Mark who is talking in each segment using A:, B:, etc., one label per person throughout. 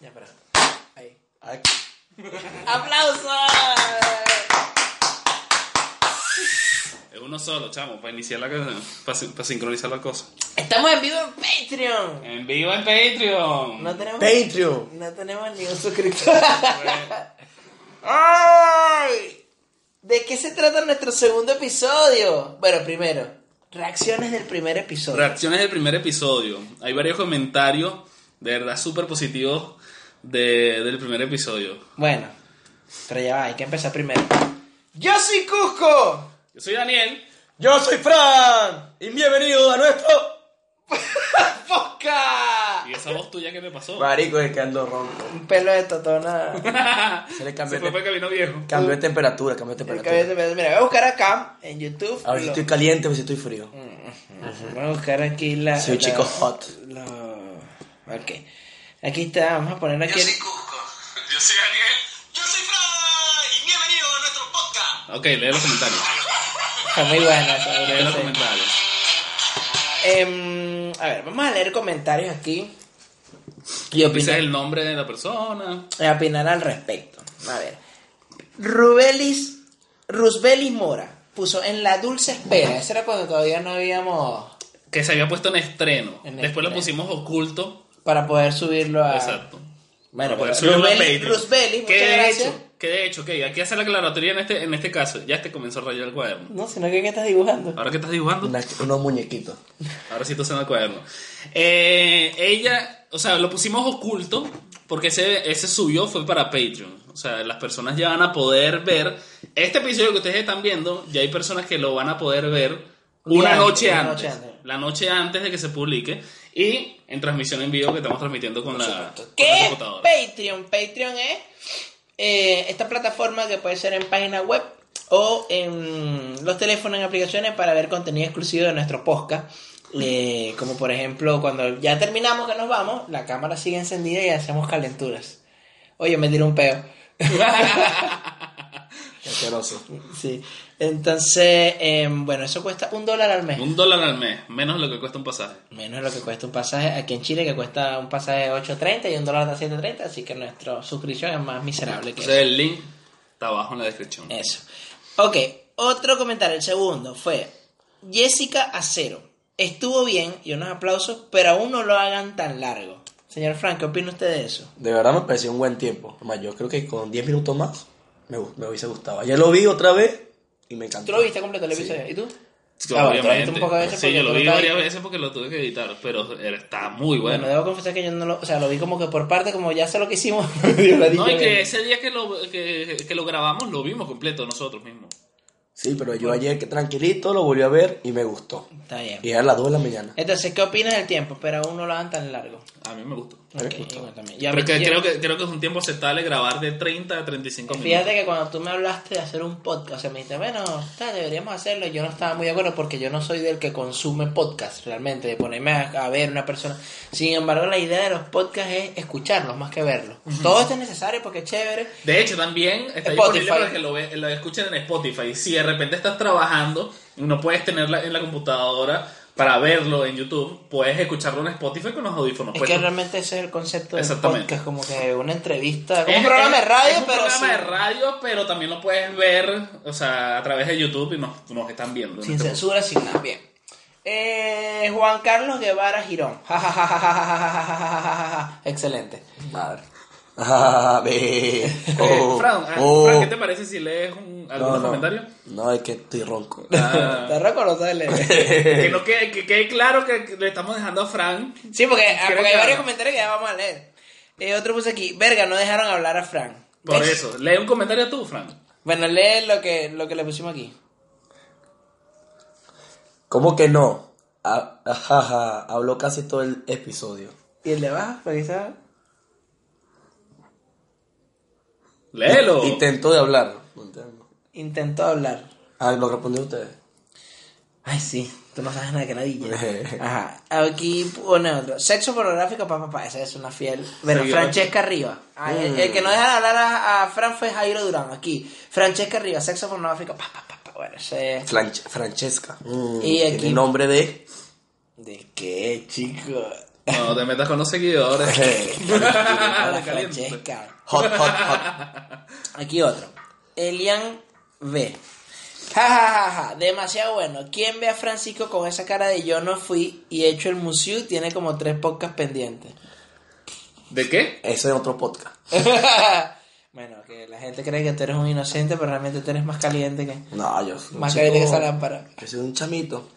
A: Ya, para. Ahí. ¡Aplausos!
B: Es uno solo, chamo, para iniciar la cosa, para, sin- para sincronizar la cosa.
A: Estamos en vivo en Patreon.
B: En vivo en Patreon.
A: No tenemos,
C: Patreon.
A: no tenemos ni un suscriptor. ¡Ay! ¿De qué se trata nuestro segundo episodio? Bueno, primero, reacciones del primer episodio.
B: Reacciones del primer episodio. Hay varios comentarios de verdad súper positivos de- del primer episodio.
A: bueno, pero ya va, hay que empezar primero. ¡Yo soy Cusco!
B: Yo soy Daniel.
C: Yo soy Fran y bienvenido a nuestro.
A: ¡Fosca!
B: ¿Y esa voz tuya qué me pasó?
C: Marico, es que ando ronco.
A: Un pelo de totona.
C: Se le cambió,
B: Se fue
C: de,
B: para camino viejo.
C: cambió de temperatura, cambió de
A: El
C: temperatura.
A: cabello se me- Mira, voy a buscar acá en YouTube.
C: A ver si
A: lo-
C: estoy caliente o si estoy frío.
A: Voy a buscar aquí la.
C: Soy
A: la-
C: chico hot.
A: la- Ok. Aquí está, vamos a poner aquí. el-
B: Yo soy Daniel.
D: Yo soy Fry y bienvenido a nuestro podcast.
B: Ok, lee los comentarios.
A: Está muy buena esa, bro,
B: Lee los
A: sí.
B: comentarios.
A: Em, a ver, vamos a leer comentarios aquí y
B: Dices
A: opinar,
B: el nombre de la persona.
A: y opinar al respecto. A ver. Rubelis. Rusbelis Mora puso en la dulce espera. Eso era cuando todavía no habíamos.
B: Que se había puesto en estreno.
A: En
B: Después
A: estreno.
B: lo pusimos oculto.
A: Para poder subirlo a.
B: Exacto.
A: Bueno,
B: Para poder
A: pero
B: subirlo a
A: Rusbelis,
B: Patreon.
A: Rusbelis,
B: que
A: muchas
B: de
A: gracias.
B: hecho, que de hecho, ok, aquí hace la aclaratoria en este, en este caso. Ya te comenzó a rayar el cuaderno.
A: No, sino que ¿qué estás dibujando.
B: Ahora que estás dibujando,
C: Una- unos muñequitos.
B: ahora sí estás haciendo el cuaderno. Eh, ella, o sea, lo pusimos oculto porque ese, ese subió fue para Patreon. O sea, las personas ya van a poder ver este episodio que ustedes están viendo. Ya hay personas que lo van a poder ver una,
A: antes,
B: noche,
A: una
B: antes,
A: noche antes.
B: La noche antes de que se publique. Y en transmisión en vivo que estamos transmitiendo con, la, con
A: ¿Qué
B: la
A: es
B: computadora.
A: Patreon? Patreon es eh, esta plataforma que puede ser en página web o en los teléfonos en aplicaciones para ver contenido exclusivo de nuestro podcast. Eh, como por ejemplo, cuando ya terminamos que nos vamos, la cámara sigue encendida y hacemos calenturas. Oye, me tiré un peo.
C: Qué asqueroso.
A: Sí. Entonces, em, bueno, eso cuesta un dólar al mes.
B: Un dólar al mes, menos lo que cuesta un pasaje.
A: Menos lo que cuesta un pasaje aquí en Chile, que cuesta un pasaje de 8.30 y un dólar de 7.30, así que nuestra suscripción es más miserable que eso.
B: Entonces el link está abajo en la descripción.
A: Eso. Ok, otro comentario, el segundo fue Jessica Acero. Estuvo bien y unos aplausos, pero aún no lo hagan tan largo. Señor Frank, ¿qué opina usted de eso?
C: De verdad me pareció un buen tiempo. Además, yo creo que con 10 minutos más me, gu- me hubiese gustado. Ayer lo vi otra vez y me encantó.
A: ¿Tú lo viste completo el
C: Sí.
A: episodio? ¿Y tú?
B: Sí,
A: Ah, bueno, tú lo viste
B: obviamente.
A: un poco de veces
B: sí,
A: porque
B: yo
A: tú
B: lo
A: no
B: vi
A: estabas
B: varias
A: ahí.
B: veces porque lo tuve que editar, pero era- está muy
A: Bueno,
B: bueno.
A: debo confesar que yo no lo, o sea, lo vi como que por parte, como ya sé lo que hicimos. dio la
B: no, y
A: dicha
B: que
A: de-
B: ese día que lo, que, que lo grabamos lo vimos completo nosotros mismos.
C: Sí, pero yo ayer que tranquilito lo volví a ver y me gustó.
A: Está bien.
C: Y era a las 2 de la mañana.
A: Entonces, ¿qué opinas del tiempo? Pero aún no lo hagan tan largo.
B: A mí me gustó.
C: A mí me
A: Ok,
C: gustó.
A: igual también. Y a
B: Pero
A: mí-
B: que,
A: yo-
B: creo, que, creo que es un tiempo aceptable grabar de 30 a 35 minutos.
A: Pues Fíjate que cuando tú me hablaste de hacer un podcast, o sea, me dijiste, bueno, tal, deberíamos hacerlo, yo no estaba muy de acuerdo porque yo no soy del que consume podcast realmente, de ponerme a, a ver una persona. Sin embargo, la idea de los podcasts es escucharlos más que verlos. Todo esto es necesario porque es chévere.
B: De hecho, también está
A: Spotify.
B: disponible para que lo, ve- lo escuchen en Spotify. Si de repente estás trabajando y no puedes tenerla en la computadora para verlo en YouTube, puedes escucharlo en Spotify con los audífonos
A: Es
B: puestos.
A: que realmente ese es el concepto del
B: pues, Exactamente.
A: podcast, como que una entrevista, como
B: Es-
A: un programa
B: es-
A: de radio,
B: es un
A: pero
B: programa
A: sin-
B: de radio, pero también lo puedes ver, o sea, a través de YouTube y nos, nos están viendo.
A: sin
B: Este-
A: censura, sin nada. Bien. Eh, Juan Carlos Guevara Girón. Excelente.
C: Madre. Ah, ve.
B: Eh,
C: Oh,
B: Fran, ah,
C: oh.
B: Fran, ¿qué te parece si lees un, algunos
C: no, no.
B: comentarios?
C: No, es que estoy ronco.
B: Ah,
A: Te reconoces, Lele.
B: que no quede que quede claro que le estamos dejando a Fran.
A: Sí, porque, ah,
B: Creo
A: porque hay
B: que
A: varios
B: no.
A: comentarios que ya vamos a leer. Eh, otro puse aquí, verga, no dejaron hablar a Frank.
B: Por
A: ¿Ves?
B: eso. Lee un comentario tú, Frank.
A: Bueno, lee lo que, lo que le pusimos aquí.
C: ¿Cómo que no? Ah, Ajaja, habló casi todo el episodio.
A: ¿Y el de abajo? ¿Por qué está?
B: Léelo.
C: Intentó de hablar. No entiendo.
A: Intentó hablar.
C: Ah, lo respondió ustedes.
A: Ay, sí, tú no sabes nada que ladilla. Ajá, aquí pone otro. Sexo pornográfico, papá, papá, esa es una fiel. Bueno,
B: Seguidora.
A: Francesca Rivas. Ay, el, el que
B: Mm.
A: no deja de hablar a, a Fran fue Jairo Durán, aquí. Francesca Rivas, sexo pornográfico, papá, papá, bueno, ese es...
C: Flanch- Francesca. Mm,
A: Y aquí-
C: Tiene nombre de...
A: ¿De qué, chico?
B: No te metas con los seguidores.
C: Eh.
A: Hola,
B: Dale, caliente.
A: Francesca.
C: Hot, hot, hot.
A: Aquí otro. Elian B. Ja, ja, ja, ja, demasiado bueno. ¿Quién ve a Francisco con esa cara de yo no fui y hecho el museo? Tiene como tres podcasts pendientes.
B: ¿De qué?
C: Eso es otro podcast.
A: bueno, que la gente cree que tú eres un inocente, pero realmente tú eres más caliente que...
C: No, yo soy un
A: Más caliente que
C: chico-
A: esa lámpara.
C: Yo soy un chamito.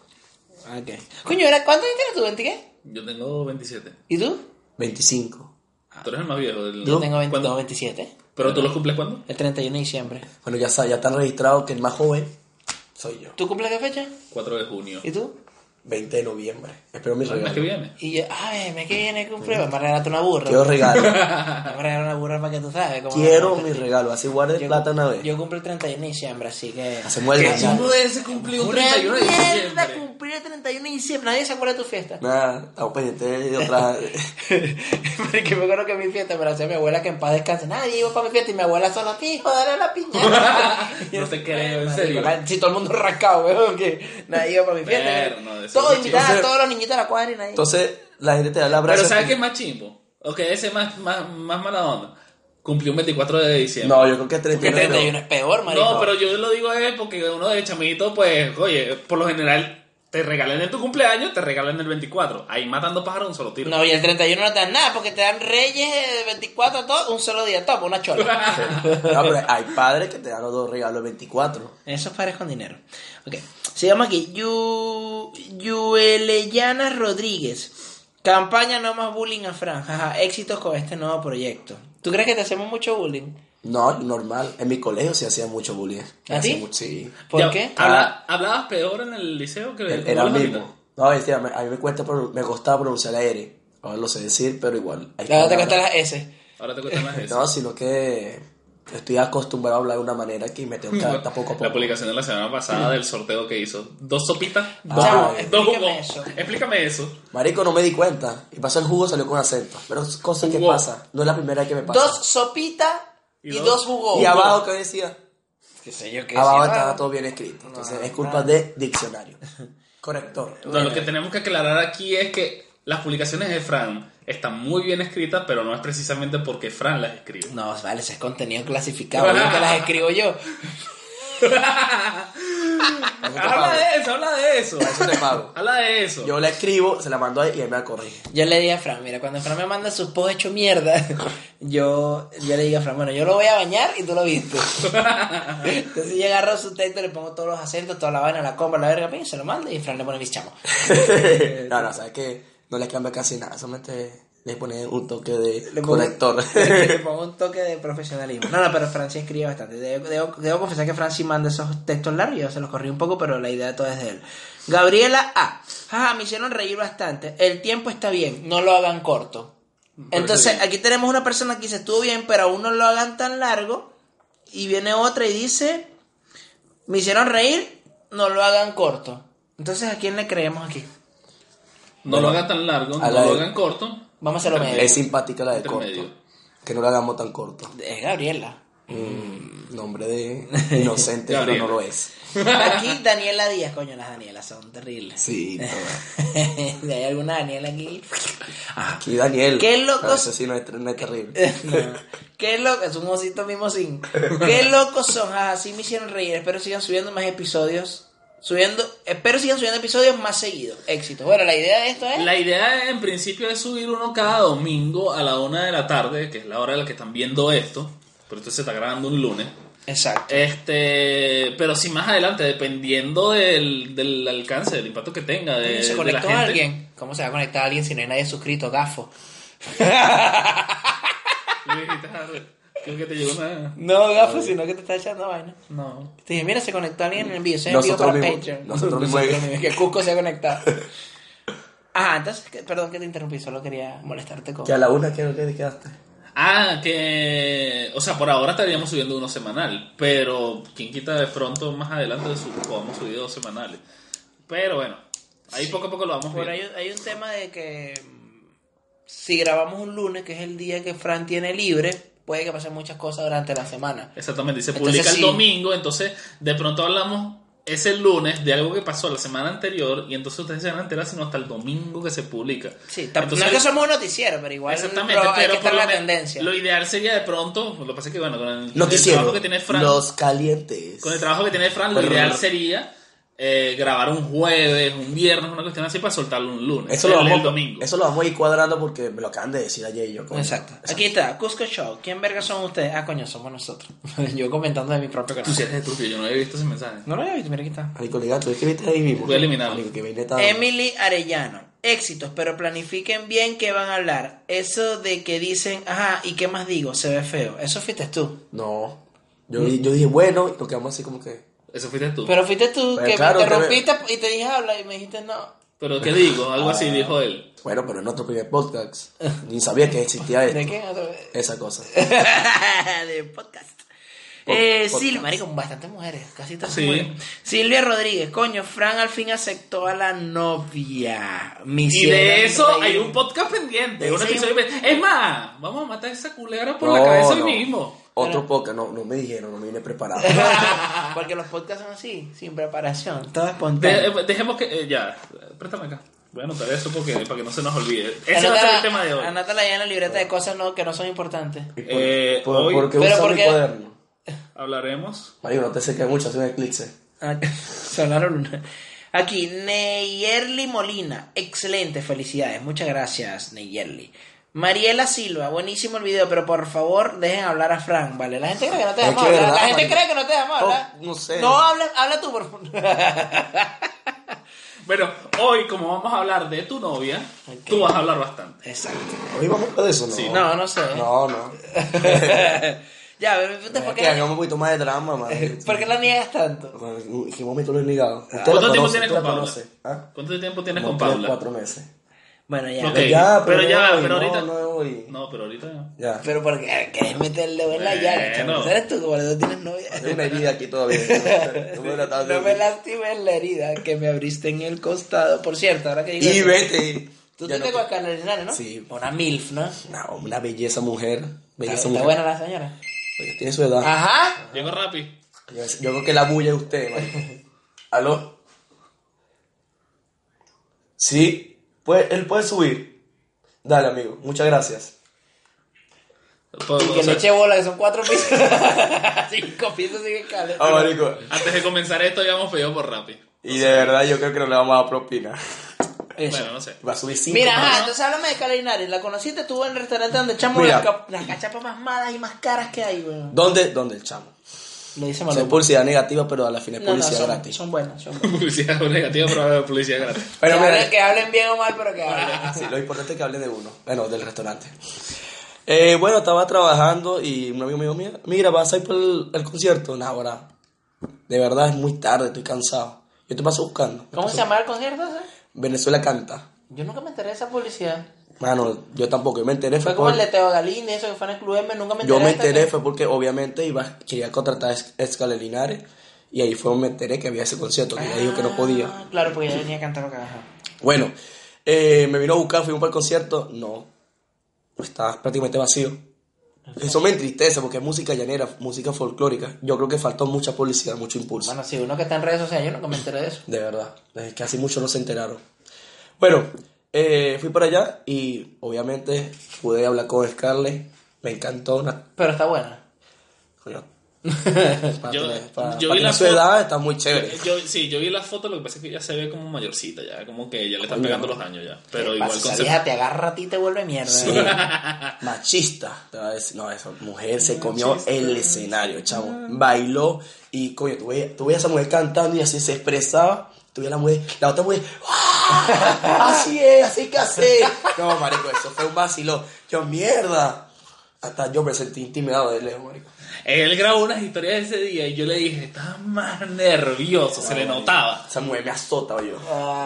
A: Ok. Coño, ¿era- ¿cuántos años tienes tú? ¿20 qué?
B: Yo tengo 27.
A: ¿Y tú?
C: 25.
B: Tú eres el más viejo. del-
A: Ah. Yo tengo 22,
B: ¿Cuándo?
A: 27.
B: ¿Pero tú los cumples cuándo?
A: El 31 de diciembre.
C: Bueno, ya sabes, ya está registrado que el más joven soy yo.
A: ¿Tú cumples qué fecha?
B: 4 de junio.
A: ¿Y tú?
C: 20 de noviembre. Espero
A: Ah,
C: mi
B: ¿El mes que
C: regalo.
B: viene?
A: Y yo, ay, me que viene cumple, me regalaste una burra.
C: Quiero regalo.
A: Me regalaron una burra para que tú sabes. cómo-
C: Quiero mi regalo. Así guarde
A: Yo-
C: plata una vez.
A: Yo cumplo el 31 de diciembre, así que.
C: Hacemos el
B: ¿Qué chingo
C: regalo.
B: de ese cumplió un
A: Una
B: 31 de
A: mierda
B: diciembre?
A: cumplir el 31 de diciembre. Nadie se acuerda de tu fiesta.
C: Nada, estamos pendientes de otra.
A: Porque me acuerdo que mi fiesta me la hacía mi abuela que en paz descanse. Nadie iba para mi fiesta y mi abuela sola, hijo, dale la piñata.
B: No te creo, en
A: Marico,
B: serio.
A: la- Si todo el mundo rascado, weón, que nadie iba para mi fiesta.
B: Pero,
A: que-
B: no, eso
A: todos
B: es
A: invitados,
C: chimbo.
A: todos los niñitos de la cuadra y nadie.
C: Entonces, la gente te da el abrazo.
B: Pero ¿sabes
C: y-
B: qué es más chimbo? O que ese es más, más, más mala onda. Cumplió un 24 de diciembre.
C: No, yo creo que es
A: Porque el
C: 31.
A: 31 es peor, marico.
B: No, pero yo lo digo es porque uno de chamito, pues, oye, por lo general te regalan en tu cumpleaños, te regalan el 24. Ahí matando pájaros un solo tiro.
A: No, y el 31 no te dan nada porque te dan reyes eh, 24 todo, un solo día top, una chola.
C: No, pero hay padres que te dan los dos regalos el 24.
A: Esos padres con dinero. Ok, sigamos aquí. Yu... Yueleyana Rodríguez. Campaña no más bullying a Fran. Jaja, éxitos con este nuevo proyecto. ¿Tú crees que te hacemos mucho bullying?
C: No, normal. En mi colegio se hacía mucho bullying.
A: ¿Ah,
C: Hacía
A: sí?
C: mucho- sí.
A: ¿Por
B: Ya,
A: qué?
C: Ah,
B: habla- ¿Hablabas peor en el liceo que
C: El-
B: como
C: Era el
B: hablas
C: mismo.
B: ahorita?
C: No, decía, me- a mí me, cuesta pronun- me costaba pronunciar la R. Ahora lo sé decir, pero igual. hay
A: Claro, te
C: palabras-
A: cuesta las S.
B: Ahora te cuentan las esas.
C: No, sino que estoy acostumbrado a hablar de una manera que me
A: Mm.
C: tengo que adaptar poco a
B: La
C: poco.
B: publicación de la semana pasada del sorteo que hizo. Dos sopitas,
A: Ah.
B: dos,
C: Chamo,
B: jugos, dos
A: explícame
B: jugos.
A: eso.
B: Explícame eso.
C: Marico, no me di cuenta. Y pasó el jugo, salió con acento. Pero es cosa que
B: Jugo.
C: pasa. No es la primera vez que me pasa.
A: Dos sopitas y,
B: Y dos-
A: dos jugos.
C: y abajo, ¿qué decía?
A: Qué sé yo qué
C: Abajo
A: decir,
C: estaba
A: bueno.
C: todo bien
A: Ah,
C: escrito. Entonces, es culpa de diccionario. Corrector.
B: No, lo que tenemos que aclarar aquí es que las publicaciones de Fran están muy bien escritas, pero no es precisamente porque Fran las escribe.
A: No, vale, ese es contenido clasificado. yo que las escribo yo.
B: habla de eso, habla de eso.
C: Eso te pago.
B: habla de eso.
C: Yo la escribo, se la mando a él y él me la corrige.
A: Yo le dije a Fran, mira, cuando Fran me manda sus posts hecho mierda, yo, yo le digo a Fran, bueno, yo lo voy a bañar y tú lo viste. Entonces yo agarro su texto, le pongo todos los acentos, toda la vaina, la compra, la verga, pin, se lo mando y Fran le pone mis chamos.
C: no, no, sabes que no le cambia casi nada. Solamente le pone un toque de
A: Le pongo-
C: corrector.
A: Le pongo un toque de profesionalismo. No, no, pero Fran sí escribe bastante. Debo, debo- debo confesar que Fran sí manda esos textos largos, yo se los corrí un poco, pero la idea toda es de él. Gabriela A. Jaja, me hicieron reír bastante. El tiempo está bien, no lo hagan corto. Entonces, aquí tenemos una persona que dice, estuvo bien, pero aún no lo hagan tan largo. Y viene otra y dice, me hicieron reír, no lo hagan corto. Entonces, ¿a quién le creemos aquí?
B: No lo hagan tan largo,
C: a
B: no
C: la
B: lo
C: de-
B: hagan corto.
A: Vamos a hacerlo medio.
C: es simpática la de
B: Intermedio.
C: corto. Que no la hagamos tan corto.
A: Es Gabriela.
C: Mm, nombre de inocente, pero
B: Gabriela.
C: no lo es.
A: Aquí Daniela Díaz, coño, las Danielas son terribles.
C: Sí, todo.
A: Hay alguna Daniela aquí.
C: Aquí Daniel.
A: Qué locos.
C: Pero Eso sí no es, no es terrible.
A: No. Qué loco, es un osito mismo sin. Qué locos son, ah, así me hicieron reír. Espero sigan subiendo más episodios. Subiendo, espero sigan subiendo episodios más seguidos. Éxito. Bueno, la idea de esto es.
B: La idea en principio es subir uno cada domingo a la una de la tarde, que es la hora en la que están viendo esto. Pero esto se está grabando un lunes.
A: Exacto.
B: Este, pero si más adelante, dependiendo del, del alcance, del impacto que tenga, de,
A: se
B: de la
A: conectó
B: gente.
A: alguien. ¿Cómo se va a conectar alguien si no hay nadie suscrito? Gafo.
B: Creo que te llegó una.
A: No, gafo, sino que te está echando vaina.
B: No.
A: Te dije, mira, se conectó alguien en el video. Se envió
C: Nosotros
A: para
C: mismos.
A: Patreon.
C: Nosotros mismos.
A: mismos, Que Cusco se ha conectado. Ajá, entonces, que- perdón que te interrumpí, solo quería molestarte con.
C: Que a la una creo que te quedaste.
B: Ah, que. O sea, por ahora estaríamos subiendo uno semanal. Pero quien quita de pronto más adelante su- podamos subir dos semanales. Pero bueno, ahí poco a poco lo vamos
A: Pero hay,
B: viendo.
A: hay un tema de que mm, si grabamos un lunes, que es el día que Fran tiene libre, puede que pasen muchas cosas durante la semana.
B: Exactamente, y se
A: Entonces,
B: publica el
A: sí.
B: domingo, entonces de pronto hablamos ese lunes de algo que pasó la semana anterior y entonces ustedes se van a enterar sino hasta el domingo que se publica.
A: Sí, tam-
B: Entonces-
A: no es que somos un noticiero, pero igual
B: Exactamente,
A: pero
B: pero,
A: hay que estar
B: por
A: en la
B: lo, men-
A: tendencia.
B: lo ideal sería de pronto, lo que pasa es que bueno, con el, el
C: Noticiero.
B: trabajo que tiene Fran,
C: Los calientes.
B: con el trabajo que tiene Fran, lo
C: Brr.
B: ideal sería eh, grabar un jueves, un viernes, una cuestión así para soltarlo un lunes,
C: Eso lo,
B: el, el
C: vamos,
B: domingo.
C: eso lo vamos a ir cuadrando porque me lo acaban de decir ayer y yo. coño.
A: Exacto. Aquí está, Cusco Show. ¿Quién verga son ustedes? Ah, coño, somos nosotros. Yo comentando de mi propio
B: Tú
A: canal.
B: sí eres estúpido, yo no había visto ese mensaje.
A: No lo había visto, mira aquí está.
C: Marico, legal, tú escribiste ahí mismo.
B: Voy a eliminarlo.
C: Marico, que vaina tan-
B: Ah.
A: Emily Arellano. Éxitos, pero planifiquen bien qué van a hablar. Eso de que dicen, ajá, ¿y qué más digo? Se ve feo. Eso fuiste tú.
C: No. Yo, yo dije, bueno, y nos quedamos así como que.
B: Eso fuiste tú. Pero,
A: Pero fuiste tú
C: Pero
A: Pues que
C: claro,
A: me
C: que me-
A: interrumpiste y te dije habla y me dijiste no.
B: ¿qué digo? Algo
C: Ah.
B: así dijo él.
C: Bueno, pero en otro primer podcast. Ni sabía que existía esto.
A: ¿De qué? Otra vez.
C: Esa cosa.
A: de podcast.
C: Pod-
A: Eh,
C: podcast.
A: Silvia, marico, bastantes mujeres, casi todas
B: Sí.
A: mujeres. Silvia Rodríguez, coño, Fran al fin aceptó a la novia. Me
B: Y
A: hicieron
B: de eso
A: reír.
B: hay un podcast pendiente.
A: De
B: un
A: ese hay
B: episodio pendiente. Es más, vamos a matar a esa culebra por la
C: No,
B: cabeza
C: no.
B: hoy mismo.
C: Otro podcast, no, no me dijeron, no me vine preparado.
A: Porque los podcasts son así, sin preparación, todo
B: De-
A: espontáneo.
B: eh, dejemos que. eh, ya, préstame acá. Voy a anotar eso porque, para que no se nos olvide. eh, Ese va a ser
A: Anótala
B: el tema de hoy.
A: anótala ya en la libreta de cosas no, que no son importantes.
C: Y por-
B: Eh,
C: por-
B: hoy-
C: porque
A: Pero
C: usa
A: porque-
C: mi cuaderno.
B: Hablaremos.
C: Marico, no te sé que mucho, hace un eclipse.
A: Ah, Sonaron una. Aquí, Neyerly Molina. Excelente, felicidades. Muchas gracias, Neyerly. Mariela Silva, buenísimo el video, pero por favor dejen hablar a Frank, ¿vale? La gente cree que no te
C: Es
A: dejamos
C: que
A: hablar.
C: verdad,
A: la gente
C: marico.
A: cree que no te dejamos
C: No,
A: hablar.
C: no sé.
A: No, habla, habla tú, por favor.
B: Bueno, hoy, como vamos a hablar de tu novia,
A: Ok.
B: tú vas a hablar bastante.
A: Exacto.
C: Hoy vamos a hablar de eso, ¿no?
B: Sí.
A: No, no sé.
C: No, no.
A: ya, pero ¿por qué-
C: Es que hagamos un poquito más de Ah, drama, madre.
A: ¿por qué la niegas tanto?
C: ¿En qué momento lo he ligado? ¿Usted la
B: ¿Cuánto tiempo
C: conoce?
B: tienes con
C: ¿Usted la
B: Paula?
C: conoce? ¿Ah?
B: ¿Cuánto tiempo tienes con
C: Como tres,
B: Paula?
C: cuatro meses.
A: Bueno, ya.
B: Ok,
C: ya,
B: pero
C: pero
B: ya,
C: no voy,
B: pero
C: no,
B: ahorita.
C: no voy.
B: No, pero ahorita.
C: Ya.
A: Pero porque querés meter el dedo en la
B: Bueno.
A: llaga, chamo. ¿Sabes tú que por eso tienes novia?
C: Hay una herida aquí todavía. No me la estaba
A: No me lastimes la herida que me abriste en el costado. Por cierto, ahora que digo.
C: Y vete.
A: Tú
C: Ya
A: te
C: no
A: tengo a Carlos Linares, ¿no?
C: Sí.
A: Una MILF, ¿no? Está,
C: No, una belleza mujer. Belleza
A: está
C: mujer. Ah.
A: buena la señora.
C: Oye, Tiene su edad.
A: Ajá.
B: Llego rápido.
C: Yo, yo creo que la bulla es usted, marico. ¿Aló? Sí. Puede- él puede subir. Dale, amigo. Muchas gracias.
B: Pues,
A: Y
B: o
A: que le
B: sea,
A: eche bola, que son cuatro pisos. Cinco pisos sigue Carlos.
C: Ah, marico.
B: antes de comenzar esto, habíamos pedido por rápido.
C: Y de verdad yo creo que no le vamos a dar propina.
A: Eso.
B: Bueno, no sé.
C: Va a subir cinco.
A: Mira, ajá,
C: más.
A: entonces háblame de Carlos Linares. La conociste, estuvo en el restaurante donde echamos
C: Mira.
A: las, cap- las cachapas más malas y más caras que hay, weón.
C: ¿Dónde? ¿Dónde el chamo?
A: Lo dice
C: O sea,
A: Maluma.
C: es publicidad negativa, pero a la fin es
A: No, no,
C: publicidad
A: son,
C: gratis.
A: son buenas, son buenas.
B: Publicidad negativa, pero publicidad gratis.
C: Pero
A: que,
C: mira, Ah.
A: hablen, que hablen bien o mal, pero que hablen.
C: Sí, lo importante es que hable de uno, bueno, del restaurante. Eh, bueno, estaba trabajando y un amigo me dijo, mira, mira vas a ir por el, el concierto. Nah, ahora, de verdad es muy tarde, estoy cansado. Yo te paso buscando.
A: ¿Cómo se llama el concierto? ese?
C: Venezuela canta.
A: Yo nunca me enteré de esa publicidad.
C: Mano, yo tampoco, yo me enteré fue
A: Fue como
C: por-
A: el de Teo Galín y eso que fue en el Club M, nunca me enteré.
C: Yo me
A: hasta
C: enteré
A: que-
C: fue porque obviamente iba, quería contratar a Es- Escala Linares y ahí fue donde me enteré que había ese concierto, que ella dijo que no podía.
A: Ah, Claro, porque ya venía a cantar acá. ajá.
C: Bueno, eh, me vino a buscar, fuimos para el concierto. No, estaba prácticamente vacío. Eso me entristece porque es música llanera, música folclórica. Yo creo que faltó mucha publicidad, mucho impulso.
A: Bueno, si uno que está en redes sociales, yo nunca me enteré de eso.
C: De verdad, es que así muchos no se enteraron. Bueno, eh, fui para allá y obviamente pude hablar con Scarlett. Me encantó una...
A: Pero está buena.
C: coño, para
B: Yo-
C: tener- para-
B: yo
C: para
B: vi la
C: tener su
B: foto-
C: edad está muy chévere.
B: Yo, sí, yo vi la foto, lo que pasa es que ya se ve como mayorcita, ya como que ya le están
C: Coño.
B: pegando los años ya. Pero
C: Eh,
A: ¿Qué
B: igual
A: pasa?
B: con
A: Esa vieja te agarra a ti y te vuelve mierda.
C: Sí.
A: ¿eh?
C: Machista. te va a decir. No, esa mujer se comió el escenario, chavo. Bailó y, coño, tú veías, tú veías a esa mujer cantando y así se expresaba. Tú veías a la mujer, la otra mujer, ¡ah! Así es, así que así. No, marico, eso fue un vacilón. Yo, mierda. Hasta yo me sentí intimidado de lejos, marico.
B: Él grabó unas historias ese día y yo le dije, estaba más nervioso, se le notaba.
C: Esa mujer me azota, yo.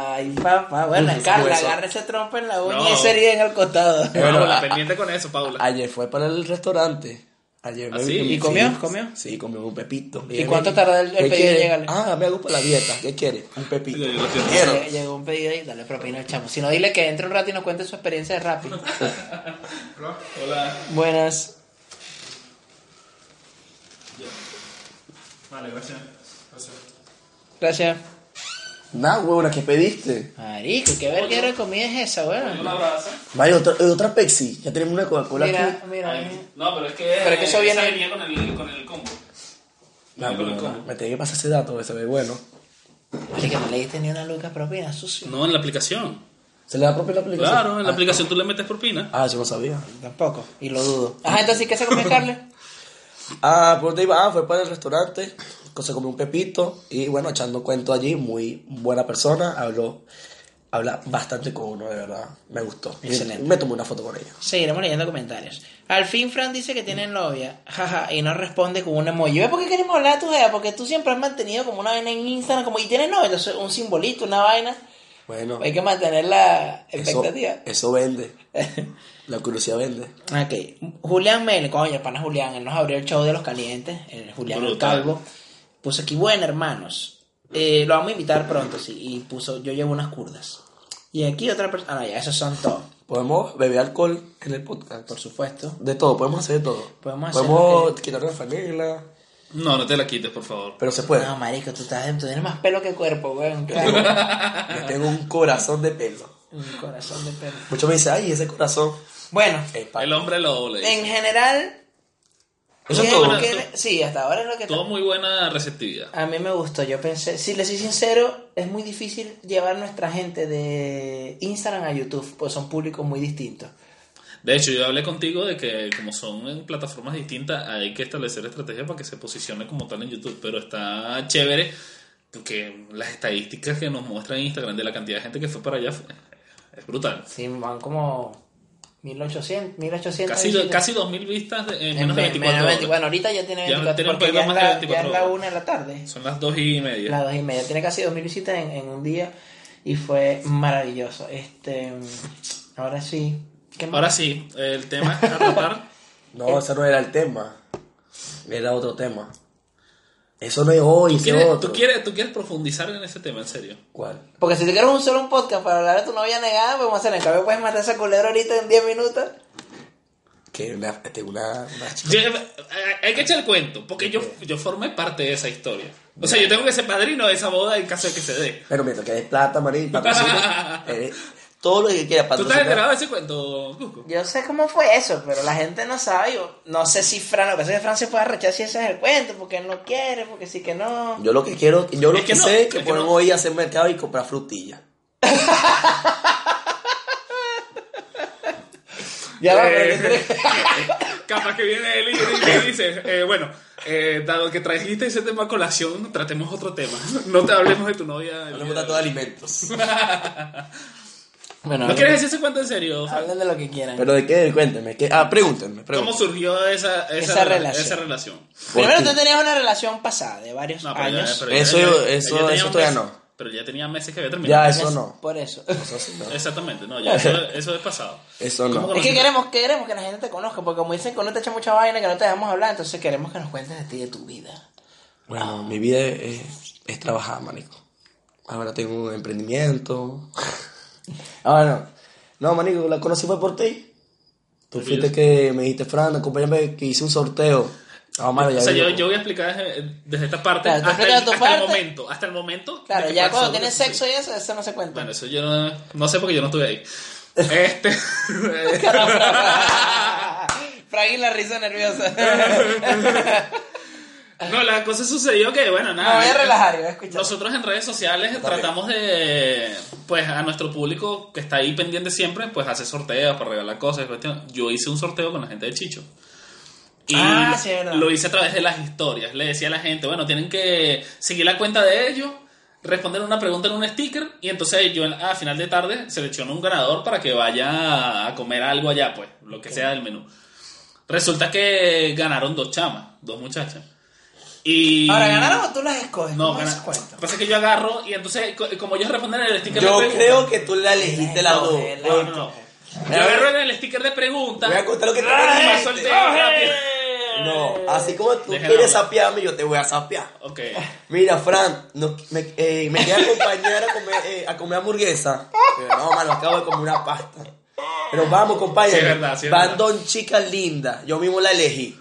A: Ay, papá, bueno,
C: Uy,
A: Carla,
C: hueso.
A: agarra esa trompa en la uña
B: No.
A: y ese día en el costado.
C: Bueno,
B: Paula,
C: a-
B: pendiente con eso, Paula.
C: Ayer fue para el restaurante. Ayer
B: ¿Ah,
C: me-
B: sí?
C: me-
B: ¿Y
A: comió?
C: sí,
A: ¿Comió?
C: Sí, comió un pepito.
A: ¿Y
C: Ella
A: cuánto
C: me-
A: tarda el- el
C: ¿qué
A: pedido en
C: quiere?
A: llegarle?
C: Ah, me hago para la dieta. ¿Qué quiere? Un pepito.
B: Yo- yo lo siento.
C: Quiero.
A: Lle- Llegó un pedido y dale propina al chamo. Si no, dile que entre un rato y nos cuente su experiencia de Rappi.
B: Hola.
A: Buenas.
E: Vale, gracias. gracias.
A: Gracias.
C: Nah, huevona, ¿qué pediste?
A: Marico, ¿qué verguero de comida es esa,
B: Un
A: weón?
B: abrazo.
C: Vaya, otra, otra Pepsi. Ya tenemos una Coca-Cola
A: Mira,
C: aquí.
A: mira. eh.
B: No, pero es que,
A: Pero es que eso viene-
B: esa venía con el, con el combo.
C: Nah,
B: Venía con el
C: huevona,
B: combo.
C: me tenía que pasar ese dato, se ve bueno.
A: Marico, no le diste ni una luca propina, sucio.
B: No, en la aplicación.
C: ¿Se le da propia la aplicación?
B: Claro, en la
C: Ah.
B: aplicación tú le metes propina.
C: Ah, yo no sabía.
A: Tampoco, y lo dudo. Ajá, entonces, ¿qué se comió Carla?
C: Ah, por donde iba, ah, fue para el restaurante, se comió un pepito y bueno, echando cuento allí, muy buena persona, habló, habla bastante con uno, de verdad, me gustó. Y
A: Excelente.
C: Me tomé una foto con ella.
A: Seguiremos leyendo comentarios. Al fin Fran dice que tiene novia, jaja, y no responde con un emoji. ¿Ves por qué queremos hablar de tu jeva? Porque tú siempre has mantenido como una vaina en Instagram, como, y tienes novia, entonces un simbolito, una vaina.
C: Bueno,
A: Hay que mantener la
C: eso,
A: expectativa.
C: eso vende, la curiosidad vende.
A: ok. Julián Mel, coño, pana Julián, él nos abrió el show de los calientes, el Julián el
B: Brutal.
A: Calvo. Puso aquí, bueno, hermanos, eh, lo vamos a invitar pronto, sí, y puso, yo llevo unas curdas. Y aquí otra persona, ah, no, ya, esos son todos,
C: Podemos beber alcohol en el podcast,
A: por supuesto.
C: de todo, podemos hacer de todo.
A: Podemos hacer lo
C: quitar la franela,
B: No, no te la quites, por favor.
C: pero se puede.
A: No, marico, tú, estás, tú tienes más pelo que cuerpo, weón. claro.
C: Yo tengo un corazón de pelo.
A: Un corazón de pelo.
C: Muchos me dicen, ay, ese corazón.
A: Bueno,
C: es pa-
B: El hombre lobo le dice.
A: en general.
C: Eso es
A: ¿qué
C: todo.
A: qué- sí, hasta ahora es lo que.
B: Todo muy buena receptividad.
A: A mí me gustó. Yo pensé, si les soy sincero, es muy difícil llevar nuestra gente de Instagram a YouTube, pues son públicos muy distintos.
B: De hecho, yo hablé contigo de que como son en plataformas distintas, hay que establecer estrategias para que se posicione como tal en YouTube. Pero está chévere porque las estadísticas que nos muestra Instagram de la cantidad de gente que fue para allá fue- es brutal.
A: Sí, van como 1800, 1800.
B: Casi,
A: visitas.
B: casi 2.000 vistas de- en
A: En
B: menos de 24 horas.
A: Bueno, ahorita ya tiene
B: Ya
A: 24,
B: tiene un
A: porque
B: poquito
A: ya,
B: más
A: es
B: de
A: la,
B: 24
A: ya es la
B: horas.
A: una de la tarde.
B: Son las 2 y media.
A: Las dos y media. Tiene casi dos mil visitas en, en un día y fue maravilloso. Este, ahora sí. ¿Qué más?
B: Ahora sí, el tema a tratar. Eh,
C: No, ese no era el tema. Era otro tema. Eso no es hoy,
B: ¿Tú
C: ese
B: quieres,
C: otro.
B: tú quieres- tú quieres profundizar en ese tema, en serio.
C: ¿Cuál?
A: Porque si te quieres un solo un podcast para hablar de tu novia negada, pues vamos a hacer. En cambio, puedes matar a esa culebra ahorita en 10 minutos.
C: Que una, este, una, una chica.
B: Yo- eh, hay que echar el cuento, porque yo, yo formé parte de esa historia. O sea, yo tengo que ser padrino de esa boda en caso de que se dé.
C: Pero mientras que es plata, marín, patrocina. eh, todo lo que quieras
B: ¿Tú estás
C: patrocinar.
B: enterado de ese cuento, Cusco?
A: Yo sé cómo fue eso, pero la gente no sabe. Yo no sé si Fran, lo que pasa es que Fran se puede rechazar si ese es el cuento, porque él no quiere, porque sí que no.
C: Yo lo que quiero, yo lo
B: Es que
C: que,
B: no,
C: sé es
B: es
C: que
B: que
C: podemos
B: no.
C: ir a hacer mercado y comprar frutillas.
A: Ya va, pero
B: Eh,
A: yo creo que-
B: Capaz que viene él y, y le dice, eh, bueno, eh, dado que trajiste ese tema a colación, tratemos otro tema. No te hablemos de tu novia.
C: No me gusta todo alimentos.
A: Bueno,
B: ¿No quieres decir ese cuento en serio? Fran?
A: hablen de lo que quieran.
C: Pero de qué, cuéntame. ¿qué? Ah, pregúntenme,
B: ¿Cómo
C: pregúntenme.
B: surgió esa, esa,
A: Esa
B: rela-
A: relación.
B: esa relación?
A: Primero,
C: Porque-
A: tú tenías una relación pasada de varios
B: No, pero ya-
A: años.
B: pero ya-
C: Eso-
B: ya-
C: eso-
B: tenía
C: eso todavía
B: meses-
C: no.
B: Pero ya tenía meses que había terminado.
C: Ya, eso no.
A: Por eso.
C: Eso sí, no.
B: Exactamente, no, ya eso, eso es pasado.
C: Eso no.
B: ¿Cómo
A: Es que
B: conociste-
A: queremos, que queremos que la gente te conozca, porque como dicen que no te echa mucha vaina, que no te dejamos hablar, entonces queremos que nos cuentes de ti, de tu vida.
C: Bueno, mi vida es, es trabajar, manico. Ahora tengo un emprendimiento. Ahora Ah, no. No, manico, la conocí fue por ti. Tú fuiste que me dijiste, Fran, acompáñame que hice un sorteo. Ah, mano, ya
B: O sea,
C: digo.
B: yo, yo voy a explicar desde, desde esta parte
A: Claro, tú
B: hasta, el,
A: explicas tu
B: hasta el
A: parte.
B: momento. Hasta el momento.
A: Claro,
B: de que
A: ya
B: pasó
A: cuando
B: lo que
A: tienes
B: sucedió.
A: sexo y eso, eso no se cuenta.
B: Bueno, eso yo no, no sé porque yo no estuve ahí. Este.
A: Frank y la risa nerviosa.
B: Ah,
A: Me
B: no, la cosa sucedió que, bueno, nada. eh,
A: voy a relajar y voy a escuchar.
B: Nosotros en redes sociales
C: bien.
B: tratamos de, pues, a nuestro público que está ahí pendiente siempre, pues, hacer sorteos para regalar cosas. y cuestión. Yo hice un sorteo con la gente de Chicho. Y
A: Ah, sí, es verdad.
B: lo hice a través de las historias. Le decía a la gente, bueno, tienen que seguir la cuenta de ellos, responder una pregunta en un sticker, y entonces yo a final de tarde selecciono un ganador para que vaya a comer algo allá, pues, lo que sea del menú. Resulta que ganaron dos chamas, dos muchachas. Y.
A: Ahora, ¿ganaron o tú las escoges?
B: No,
A: ¿Cómo es
B: ganaron.
A: ese cuento?
B: Pasa que yo agarro y entonces, co- como ellos responden en el sticker
C: Yo
B: de preguntas.
C: creo que tú la elegiste la dos.
A: Escoge, la
B: No, no, no.
A: escoge.
B: Yo agarro en el sticker de preguntas.
C: Voy a contar lo que te
B: ¡Ah,
C: dijiste!
B: paso el dedo rápido.
C: No, así como tú
B: Déjala
C: quieres
B: hablar.
C: sapearme, yo te voy a sapear.
B: Ok.
C: Mira, Fran, no- me, eh, me quieres acompañar a comer, eh, a comer hamburguesa. Pero no, mano, acabo de comer una pasta. Pero vamos, compañero.
B: Sí, es verdad, sí, es
C: Van
B: verdad.
C: dos chicas lindas. Yo mismo la elegí.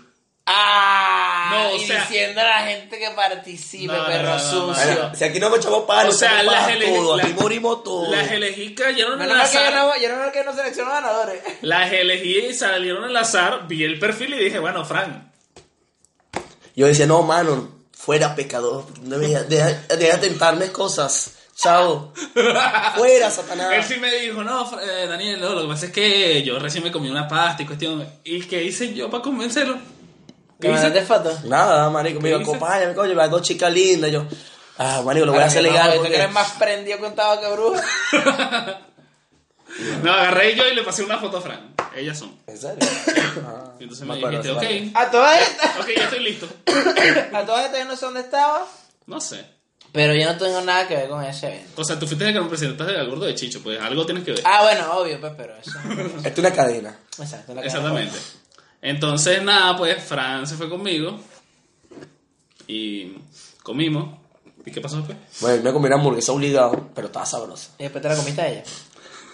A: Ah,
B: No, o
A: y
B: sea-
A: diciendo a la gente que participe,
B: No, no,
A: perro
B: no, no, no.
A: sucio.
C: Mira, si aquí no me echamos palo,
B: O sea,
C: echamos
B: las
C: paja todo.
B: elegí.
C: Aquí morimos todos.
B: Las elegí cayeron en
A: Menos
B: el
A: mal que yo
B: azar.
A: no, yo no creo que no selecciono ganadores.
B: Las elegí y salieron al azar. Vi el perfil y dije, bueno, Frank.
C: Yo decía, no, mano, fuera pecador. No me- Deja, deja tentarme cosas. Chao. Fuera,
B: Él
C: Satanás.
B: sí me dijo, no, Fra- eh, Daniel, no, lo que pasa es que yo recién me comí una pasta y cuestión. ¿Y qué hice yo para convencerlo? ¿Qué hice?
A: fotos?
C: Nada, marico. Me
B: ¿Qué
C: dijo,
B: dices?
C: acompáñame, coño. Las dos chicas lindas. Yo, ah, marico, lo voy a hacer legal.
A: Tú que
C: porque-
A: eres más prendido contado que brujo.
B: No, agarré yo y le pasé una foto a Frank. Ellas son.
C: ¿En serio? Ah,
B: Y entonces
C: me
B: me
C: acuerdo,
B: dijiste,
C: sí, vale.
B: ok,
A: A todas estas,
B: ok, ya estoy listo.
A: a todas estas yo no sé dónde estaba,
B: No sé.
A: pero yo no tengo nada que ver con ese evento.
B: O sea, tú fuiste el que me presentaste al gordo de Chicho, pues algo tienes que ver.
A: Ah, bueno, obvio, pues, pero eso.
C: Esto es una cadena.
A: Exacto, la
B: Exactamente. Entonces, nada, pues Fran se fue conmigo y comimos. ¿Y qué pasó pues? después?
C: Bueno, me comí una hamburguesa obligado, pero estaba sabrosa.
A: Y después te la comiste a ella.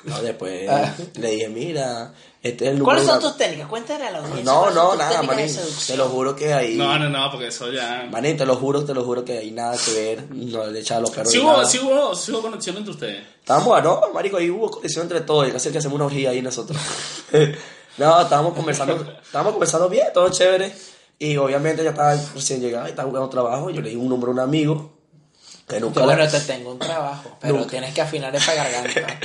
C: No, después
A: Ah.
C: le dije, mira, este es el lugar.
A: ¿Cuáles son
C: de la-
A: tus técnicas? Cuéntale a la audiencia.
C: No,
A: ¿cuáles son
C: no,
A: tus
C: nada,
A: técnicas de
C: manín. Te
A: seducción?
C: lo juro que ahí.
B: No, no, no, porque eso ya.
C: Manín, te lo juro, te lo juro que hay nada que ver. No le echaba los perros.
B: Sí
C: ni
B: hubo,
C: nada.
B: sí hubo, sí hubo conexión entre ustedes.
C: Estábamos, ah, no, marico, ahí hubo conexión entre todos. y Casi que hacemos una orgía ahí nosotros. no, estábamos conversando, estábamos conversando bien, todo chévere. Y obviamente ya estaba recién llegado y estaba buscando trabajo. Yo le di un número a un amigo. Que nunca
A: Yo,
C: la-
A: bueno, te tengo un trabajo, pero
C: Nunca.
A: tienes que afinar esa garganta.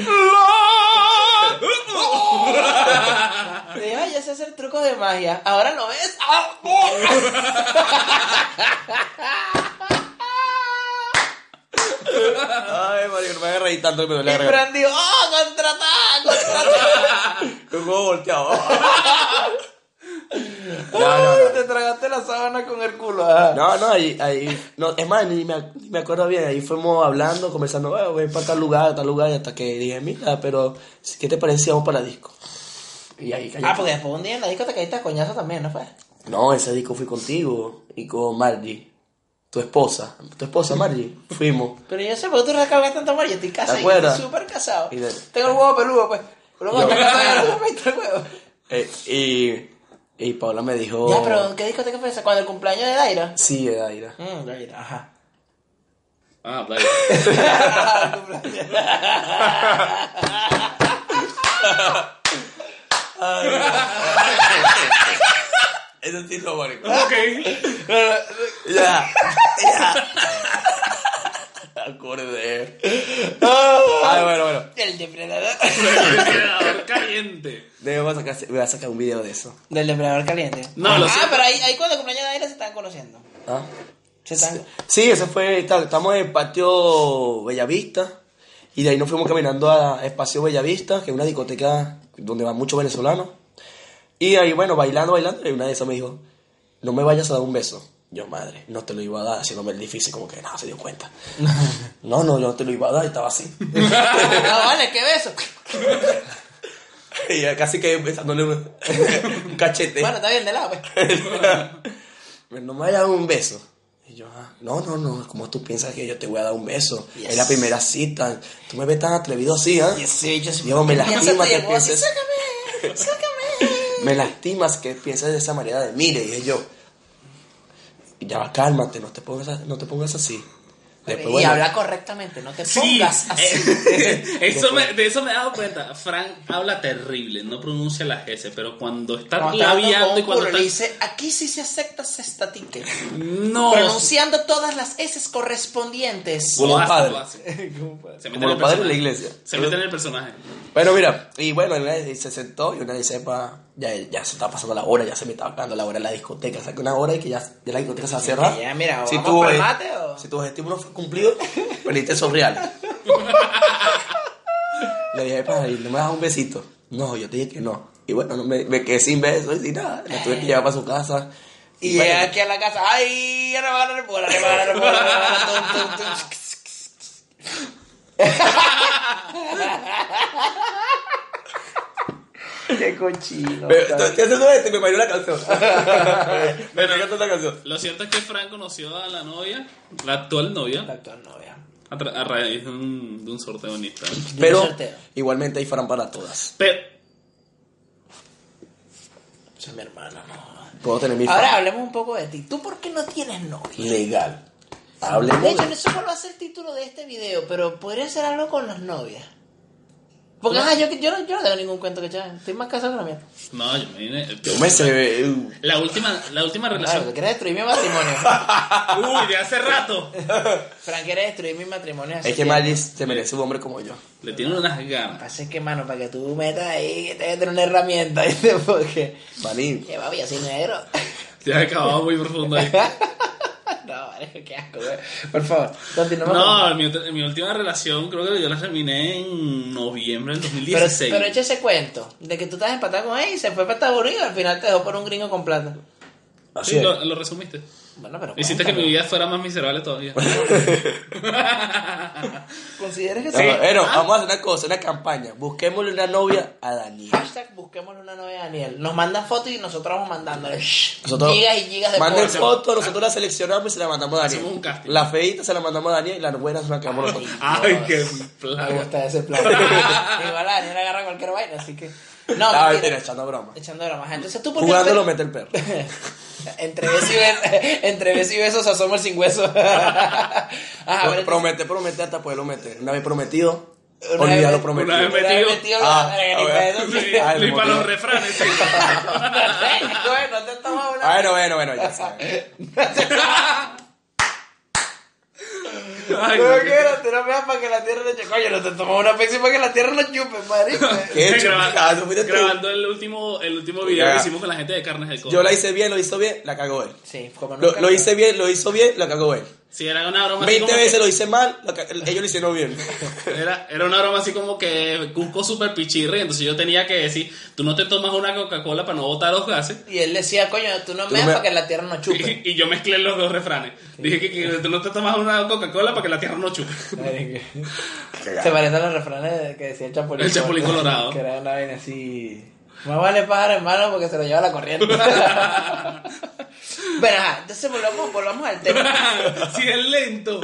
A: Te dije, ay, ya sé hacer trucos de magia. Ahora lo ves. ¡Ah! ¡Oh!
C: Ay, marico, no me hagas reír tanto que me duele
A: Y
C: la garganta.
A: Fran dijo, ¡oh, contratada, contratada!
C: Con huevo volteado. No, no,
A: Ay, te tragaste la sábana con el culo. ah. ajá.
C: no, no, ahí, ahí, no, es más, ni me, ac- ni me acuerdo bien, ahí fuimos hablando, conversando, bueno, voy para tal lugar, tal lugar, y hasta que dije, mira, pero, ¿qué te parece si vamos para disco? Y ahí cayó.
A: Ah, porque después un día en la disco te caíste a coñazo también, ¿no fue?
C: No, ese disco fui contigo y con Margie, tu esposa, tu esposa Margie, fuimos.
A: Pero yo sé por qué tú recargas tanto amor. Yo estoy casado,
C: ¿Te
A: yo estoy
C: acuerdas?
A: súper casado.
C: Y de-
A: Tengo el huevo peludo, pues. Pero cuando
C: Yo-
A: estás casado ya no me el huevo.
C: Eh, y, y Paola me dijo...
A: Ya, pero ¿en qué discoteca fue esa? ¿Cuando el cumpleaños de Daira?
C: Sí, Daira.
A: Mm, Daira, ajá.
B: Ah, vale.
A: Ah, el cumpleaños.
C: Eso sí lo marico.
B: ok.
C: Ya, ya. Acordé. Ay, bueno, bueno.
A: El depredador.
B: Refrigerador caliente.
C: Debo sacar, voy a sacar un video de eso.
A: Del depredador caliente.
B: No, lo
A: Ah,
B: sé.
A: pero ahí, ahí cuando el cumpleaños de Daira se están conociendo.
C: ¿Ah?
A: Se están...
C: Sí, eso fue. tal, Estamos en el patio Bellavista. Y de ahí nos fuimos caminando a Espacio Bellavista, que es una discoteca donde van muchos venezolanos. Y de ahí, bueno, bailando, bailando. Y una de esas me dijo: No me vayas a dar un beso. Yo, madre, no te lo iba a dar, haciéndome el difícil, como que nada, se dio cuenta. No, no, yo no te lo iba a dar, y estaba así.
A: No, Ah, vale, qué beso.
C: Y ya casi que besándole un, un cachete.
A: Bueno, está bien de lado, pues.
C: no me vaya a dar un beso. Y yo, ah, no, no, no, ¿cómo tú piensas que yo te voy a dar un beso?
A: Yes.
C: Es la primera cita. Tú me ves tan atrevido así, ¿ah?
A: Y ese bicho se
C: Dios, me lastima que
A: llegó así,
C: pienses-
A: Sácame, sácame.
C: Me lastimas que pienses de esa manera de mí, le dije yo. Y ya, va, cálmate, no te pongas, a- no te pongas así. Después,
A: y
C: bueno,
A: habla correctamente, no te
B: Sí.
A: pongas así.
B: eh, eso me- de eso me he dado cuenta. Frank habla terrible, no pronuncia las S, pero cuando está
A: Cuando está hablando
B: labiando
A: con
B: y
A: un
B: cuando
A: culo,
B: está.
A: le dice, aquí sí se acepta sestatique.
B: no.
A: Pronunciando todas las S correspondientes.
C: Como
B: lo
C: un
B: hace,
C: padre.
B: lo hace. Se mete en el
C: Como los padres de la
B: personaje.
C: iglesia.
B: Se mete en el personaje.
C: Bueno, mira, y bueno, él ahí se sentó y una dice, "Pa, ya, ya se está pasando la hora, ya se me está acabando la hora de la discoteca. O sea, que una hora y que ya, ya la discoteca se va a cerrar.
A: ya, mira, ¿o
C: si
A: vamos
C: tu,
A: pa'l
C: eh,
A: mate o?
C: si tu objetivo no fue cumplido, perdiste esos reales. Le dije, pa, ¿y no me das un besito? No, yo te dije que no. Y bueno, no me, me quedé sin beso y sin nada. La tuve que llevar para su casa.
A: Y
C: bueno,
A: llega aquí a la casa, ¡ay! Ahora me van a reparar, ahora me van a reparar, ahora me van a reparar, tum, tum, tum. Qué cochino.
C: me- estoy haciendo esto y este, me bailó la canción. me
B: Bueno.
C: encanta la canción.
B: Lo cierto es que Frank conoció a la novia, la actual novia,
A: La actual novia.
B: a, tra- a raíz de un, de un sorteo en Instagram.
C: Pero
A: sorteo.
C: igualmente hay farán para todas.
B: Pero,
A: Esa es mi hermana, no.
C: Puedo tener mi
A: Ahora
C: fan
A: hablemos un poco de ti. ¿Tú por qué no tienes novia?
C: legal.
A: De
C: Hablemos.
A: hecho,
C: de-
A: eso no va a ser el título de este video, pero podría ser algo con las novias. Porque, ajá, yo, yo, no, yo no tengo ningún cuento que echar. Estoy más casado que la mía.
B: no, yo me vine. eh,
C: Yo me sé. uh,
B: La última, la última
A: Claro,
B: relación.
A: porque quieres destruir mi matrimonio.
B: Uy, de hace rato.
A: Frank quiere destruir mi matrimonio. así
C: Es que Maris se merece un hombre como yo.
B: Le tienen unas ganas.
A: Pasa es que, mano, para que tú metas ahí, que te voy a tener una herramienta, ¿viste? Porque.
C: Marín.
A: Que papi, yo soy negro.
B: Te has acabado muy profundo ahí.
A: no, vale, qué asco, güey. Por favor, continuamos.
B: No, mi, otra- mi última relación creo que yo la terminé en noviembre del
A: pero,
B: 2016.
A: pero echa ese cuento de que tú estás empatado con él y se fue para Estados Unidos y al final te dejó por un gringo con plata.
C: Así
B: Sí,
C: es.
B: lo, lo resumiste.
A: Bueno, pero.
B: Hiciste que
A: cuéntalo.
B: mi vida fuera más miserable todavía.
A: ¿Consideras que Ah,
C: No,
A: sí?
C: no, eh, no, vamos a hacer una cosa, una campaña. Busquémosle una novia a Daniel.
A: Hashtag busquémosle una novia a Daniel. Nos mandan fotos y nosotros vamos mandándole shh,
C: Nosotros
A: gigas y gigas de
C: manden
A: porno.
C: fotos, nosotros la seleccionamos y se la mandamos a Daniel.
B: Hacemos un casting. Ah.
C: La feita se la mandamos a Daniel y las buenas se las quedamos nosotros. Ah,
B: Ay, qué
A: Me
B: plaga.
A: gusta ese plan. Igual a Daniel agarra cualquier vaina, así que. No,
C: Ah,
A: mentira.
C: mentira, echando broma.
A: Echando bromas. Entonces tú por qué
C: Jugándolo
A: no
C: mete el perro.
A: te- entre beso y beso, entre beso y beso se asoma el sin hueso. Ajá,
C: Pro-
A: pero
C: promete, promete hasta poderlo meter. Una vez prometido,
A: entonces- una
C: olvida
A: vez-
C: lo prometido.
B: una vez
A: una vez
B: metido.
A: metido,
C: Ah,
A: eh,
C: a ver.
A: eso sí.
C: Ay,
B: Ni
C: me
B: para los
C: motivé.
B: refranes. sí.
A: Bueno, te estamos hablando.
C: Ah, Bueno, bueno, bueno, ya sabes.
B: Ay,
A: No
B: no, qué-
A: quiero, te no veas para que la tierra le chupe. Coño, no te tomas una pexi para que la tierra lo chupe, marico.
C: ¿Qué
B: Estoy
C: chulo,
B: grabando,
C: eso fuiste tú.
B: grabando el último, el último video
C: Ya.
B: que hicimos con la gente de Carnes del Coco.
C: Yo la hice bien, lo hizo bien, la cagó él.
A: Sí, como
C: Lo,
A: nunca
C: lo hice bien, lo hizo bien, la cagó él.
B: Sí, era una broma así
C: 20
B: como
C: veces lo hice mal, lo ca- ellos lo hicieron bien.
B: que- era, era una broma así como que Cusco super pichirre, entonces yo tenía que decir, tú no te tomas una Coca-Cola para no botar los gases.
A: Y él decía, coño, tú no
C: Tú
A: me das
C: me-
A: para que la tierra no chupe.
B: Y, y yo mezclé los dos refranes. Dije que, que tú no te tomas una Coca-Cola para que la tierra no chupe.
A: Marico. Se parecen los refranes que decía el Chapulín.
B: El Chapulín Colorado.
A: Que era una vaina así. Más vale pájaro en mano porque se lo lleva la corriente. Pero ajá, entonces volvamos, volvamos al tema.
B: si es lento.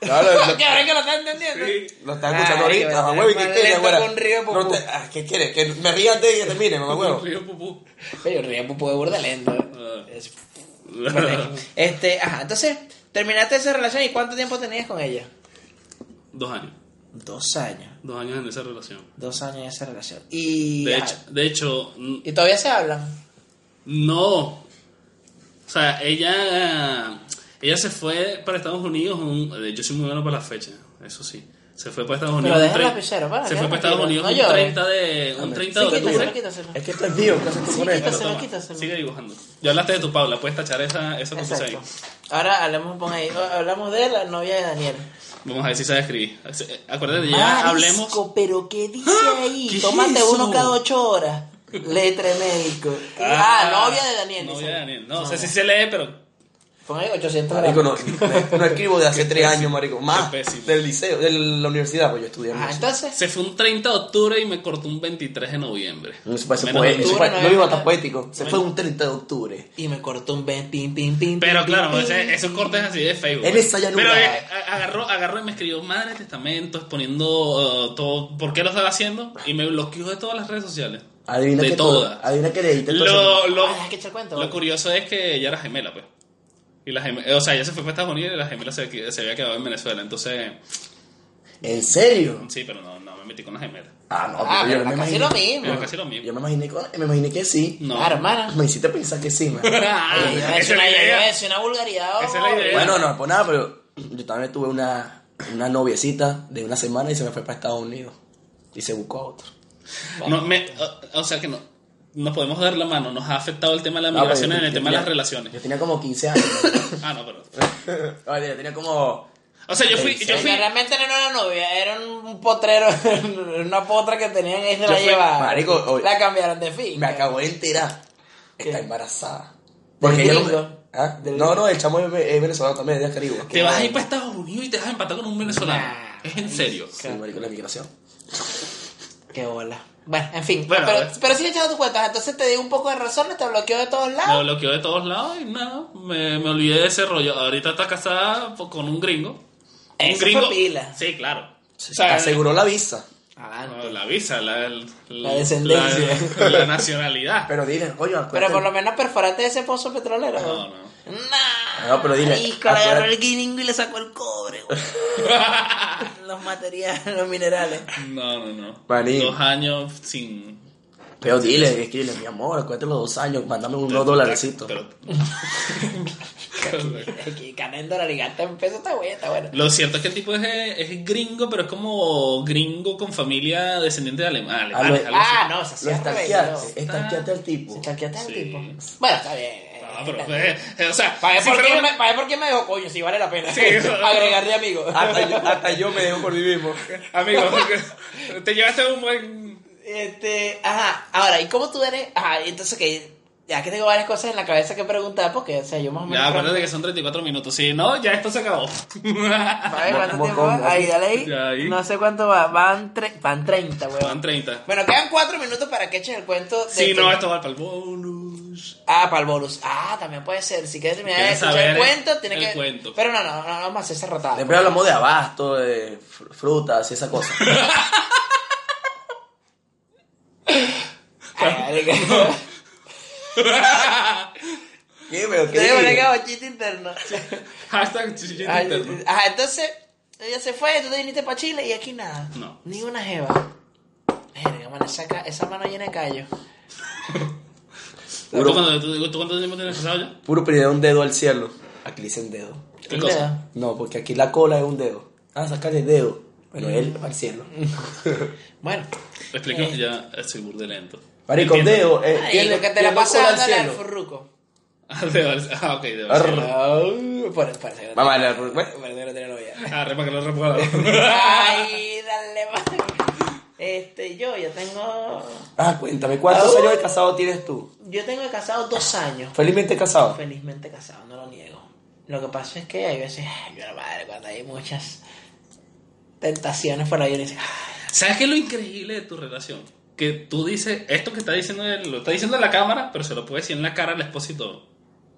C: Claro, lo-
A: Que ahora que lo estás entendiendo.
B: Sí.
C: Lo están escuchando
A: Ay,
C: ahorita,
A: que va a
C: mamá
A: ser
C: huevo. ¿Y
A: más
C: qué quieres,
A: lento
C: güera?
A: que un río de pupú.
C: No te- ah, ¿Qué quieres? Que me ría antes de que termine, mamá huevo.
B: Río pupú.
A: Oye, el río pupo de burda lento.
B: Ah.
A: Es- Este, ajá, entonces, terminaste esa relación y cuánto tiempo tenías con ella?
B: Dos años.
A: Dos años.
B: Dos años en esa relación.
A: Dos años en esa relación. Y.
B: De
A: ajá,
B: hecho, de hecho, mm,
A: ¿Y todavía se hablan?
B: no. O sea, ella, ella se fue para Estados Unidos. un- yo soy muy bueno para las fechas, eso sí. Se fue para Estados
A: Pero
B: Unidos. un
A: deja el
B: tre-
A: lapicero, para,
B: se
A: deja
B: fue para Estados
A: tranquilo, no
B: Unidos un
A: llores.
B: 30 de, un 30 de
A: Sí, quítaselo,
B: octubre.
A: quítaselo.
C: Es que esto es mío, ¿qué haces tú
A: Sí,
C: con esto?
A: quítaselo,
B: Toma,
A: quítaselo.
B: Sigue dibujando. Ya hablaste de tu Paula, puedes tachar esa, esa que puse ahí.
A: Exacto. Ahora hablamos, pon ahí, hablamos de la novia de Daniel.
B: Vamos a ver si sabe escribir. Acuérdate, ya hablemos. ¡Ah!
A: Marisco, pero ¿qué dice ahí?
B: ¿Qué es
A: Tómate
B: eso?
A: uno cada ocho horas. Letre médico. Ah, novia de Daniel.
B: Novia
A: dice.
B: de Daniel. No, sé si se lee, pero.
A: Pon ahí 800
C: Marico,
A: gramos.
C: no, no- no escribo de hace tres años, marico. Más
B: Qué pésimo.
C: del liceo, de la universidad, pues yo estudié
A: Ah,
C: mucho.
A: entonces.
B: Se fue un 30 de octubre y me cortó un 23 de noviembre.
C: No se parece
B: Menos
C: poético,
B: de-
C: no se
A: octubre,
C: parece- no iba tan
A: noviembre.
C: poético. Se fue un 30 de octubre.
A: Y me cortó un ben, pim, pim, pim.
B: Pero
A: pim,
B: claro,
A: pim,
B: ese-
A: pim.
B: esos cortes así de Facebook.
C: En
B: pues.
C: esa llanura.
B: Pero eh, a- agarró, agarró y me escribió, madre de testamento, exponiendo eh, todo, por qué lo estaba haciendo, y me bloqueó de todas las redes sociales.
C: Adivina
B: de
C: que
B: todas.
C: todo- Adivina que le dijiste todo
B: Lo,
C: eso.
B: lo-
A: Ah, hay que echar cuento,
B: lo
A: vale.
B: curioso es que ella era gemela, pues. Y la geme- o sea, ella se fue para Estados Unidos y la gemela se, qui- se había quedado en Venezuela. Entonces,
C: ¿En serio?
B: sí, pero no, no me metí con la gemela.
C: Ah, no,
A: Ah,
C: pero yo
A: pero
C: no me
A: casi
C: imaginé.
A: lo mismo.
B: Era casi lo mismo.
C: Yo me imaginé, con- me imaginé que sí.
B: No.
A: Ah, hermana.
C: Me hiciste pensar que sí, man.
B: Ah,
A: Oye, yo
B: esa
A: voy a
B: es
A: decir
B: la
A: una- yo voy a
B: idea.
A: decir una vulgaridad.
B: Esa es la idea.
C: Bueno, no, pues nada, pero yo también tuve una, una noviecita de una semana y se me fue para Estados Unidos. Y se buscó a otro.
B: No, me- o, o sea que no, nos podemos dar la mano. Nos ha afectado el tema de la
C: Ah, pero yo-
B: migración en el
C: yo
B: tema de
C: tenía-
B: las relaciones.
C: Yo tenía como 15 años.
B: Ah, no, pero.
C: ¿no? Vale, yo tenía como
B: O sea, yo fui, yo
A: O
B: fui,
A: sea, realmente no era una novia, era un potrero, una potra que tenían y se
C: Yo
A: la
C: fui-
A: llevaban.
C: marico, hoy-
A: la cambiaron de fin.
C: Me acabo de enterar. Está
A: ¿Qué?
C: embarazada. Porque
A: ¿Del
C: ella
A: gringo?
C: no. ¿Ah?
A: ¿Del
C: No,
A: gringo?
C: no, el chamo es, es venezolano también, es de Carigua.
B: te vas a ir para Estados Unidos y te vas a empatar con un venezolano.
A: Nah.
B: es en serio.
C: Sí, marico, la migración.
A: Qué bola. Bueno, en fin.
B: Bueno,
A: pero,
B: a ver.
A: pero sí le echando tus cuentas. Entonces te dio un poco de razones, te bloqueó de todos
B: Me
A: lados.
B: bloqueó de todos lados y nada, me, me olvidé de ese rollo. Ahorita está casada po- con un gringo.
A: Eso
B: un
A: fue
B: gringo.
A: pila.
B: Sí, claro. O sea,
C: Te aseguró la visa.
A: Adelante.
B: no, la visa, la, la-
A: descendencia.
B: la- la nacionalidad.
C: Pero dile, coño,
A: Pero
C: acuérdate-
A: por lo menos perforaste ese pozo petrolero.
B: No, no.
A: Nah.
C: No, pero dile,
A: Marico, le agarró
C: acuérdate-
A: el gringo y le sacó el cobre, güey. Los materiales, los minerales.
B: No, no, no.
C: Marín.
B: Dos años sin.
C: Pero dile, es que dile, mi amor, acuérdate los dos años, mándame unos dolarcitos.
B: Pero-
A: Que gané en dólar y gasta en pesos, está bueno, está bueno.
B: Lo cierto es que el tipo es, es gringo, pero es como gringo con familia descendiente de alema- alemanes.
C: lo-
B: algo así.
A: Ah, no, se
C: Lo
A: hacía rebelde.
C: estanqueaste, estanqueaste al tipo.
A: Se chanqueaste al
B: Sí.
A: tipo. Bueno, está bien.
B: Ah, pero, eh, o sea,
A: Pagué
B: si
A: por,
B: fuera
A: quién
B: una-
A: me, pagué por quién me dijo, coño, si vale la pena.
B: Sí.
A: Agregar de amigo.
C: Hasta yo, hasta yo me dejo por mí mismo.
B: Amigo, te llevaste un buen.
A: Este, ajá, ahora, ¿y cómo tú eres? Ajá, y entonces que ya que tengo varias cosas en la cabeza que preguntar, porque, o sea, yo más o menos.
B: Ya, acuérdate que son 34 minutos. Si no, ya esto se acabó.
A: A ver, ¿cuánto
C: Mo-
A: tiempo
C: mocón,
A: va? Ahí, dale
B: Ya,
A: ahí.
B: ahí.
A: No sé cuánto va, van, tre- van 30,
B: Van
A: weón.
B: 30.
A: Bueno, quedan 4 minutos para que echen el cuento. de
B: Si
A: que-
B: no, esto va para el bonus.
A: Ah, para el bonus. Ah, también puede ser. Si quieres terminar de
B: Quieres
A: escuchar
B: saber
A: el cuento, tiene
B: el
A: que.
B: cuento.
A: Pero no, no, no, no vamos a hacer esa rotada.
C: Después hablamos de abasto, de fr- frutas y esa cosa.
A: Ay, marica.
C: ¿Qué, pero qué?
A: Te voy a poner como chiste interno.
B: Hashtag chiste
A: Ay,
B: interno.
C: eh,
A: Ajá, entonces, ella se fue, tú te viniste para Chile y aquí nada.
B: No.
A: Ni una jeva. Verga, mano, esa, ca- esa mano llena de callo.
B: ¿Tú, cuánto- tú- tú cuánto tiempo tienes casado ya?
C: Puro pedir un dedo al cielo. Aquí le dicen dedo.
B: ¿Qué cosa?
C: No, porque aquí la cola es un dedo. Ah, sacarle el dedo. Bueno, él al cielo.
A: Bueno.
B: Explícame que ya estoy burde lento.
C: Eh. Marico,
B: Entiendo.
C: dedo. Eh,
A: Ay,
C: tiene-
A: lo que te
C: tiene
A: la pasa
C: cola al
A: dándole al
C: cielo.
A: furruco.
B: Ah, de Val- Ah, ok, de Barcelona.
C: Arr.
A: Au, por- Parece que no
C: Vamos a
A: tiene-
C: darle al furruco, ¿eh?
A: parece que no tiene novia.
B: Ah, para que lo reponga.
A: Ay, dale, mano. Este, yo ya tengo.
C: Ah, cuéntame, ¿cuántos
A: Ah.
C: años de casado tienes tú?
A: Yo tengo de casado dos años.
C: Felizmente casado.
A: felizmente casado, no lo niego. Lo que pasa es que hay veces, ay, mi madre, cuando hay muchas tentaciones por ahí, uno dice, ay,
B: ¿Sabes qué es lo increíble de tu relación? Que tú dices, esto que está diciendo él, lo está diciendo en la cámara, pero se lo puede decir en la cara al esposo y todo.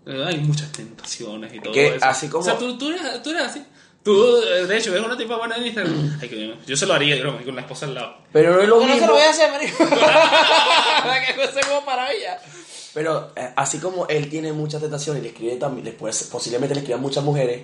B: Eh, Hay muchas tentaciones y todo
C: Que
B: eso.
C: así como-
B: O sea, tú, tú, eres, tú eres así. Tú, eh, de hecho, ves una tipa buena en Instagram. Ay, que- yo se lo haría, yo con la esposa al lado.
C: Pero no es lo
A: yo no se
C: mismo.
A: lo voy a hacer, marico. que cosa como maravilla.
C: Pero eh, así como él tiene muchas tentaciones y le escribe también, le puede- posiblemente le escriban muchas mujeres,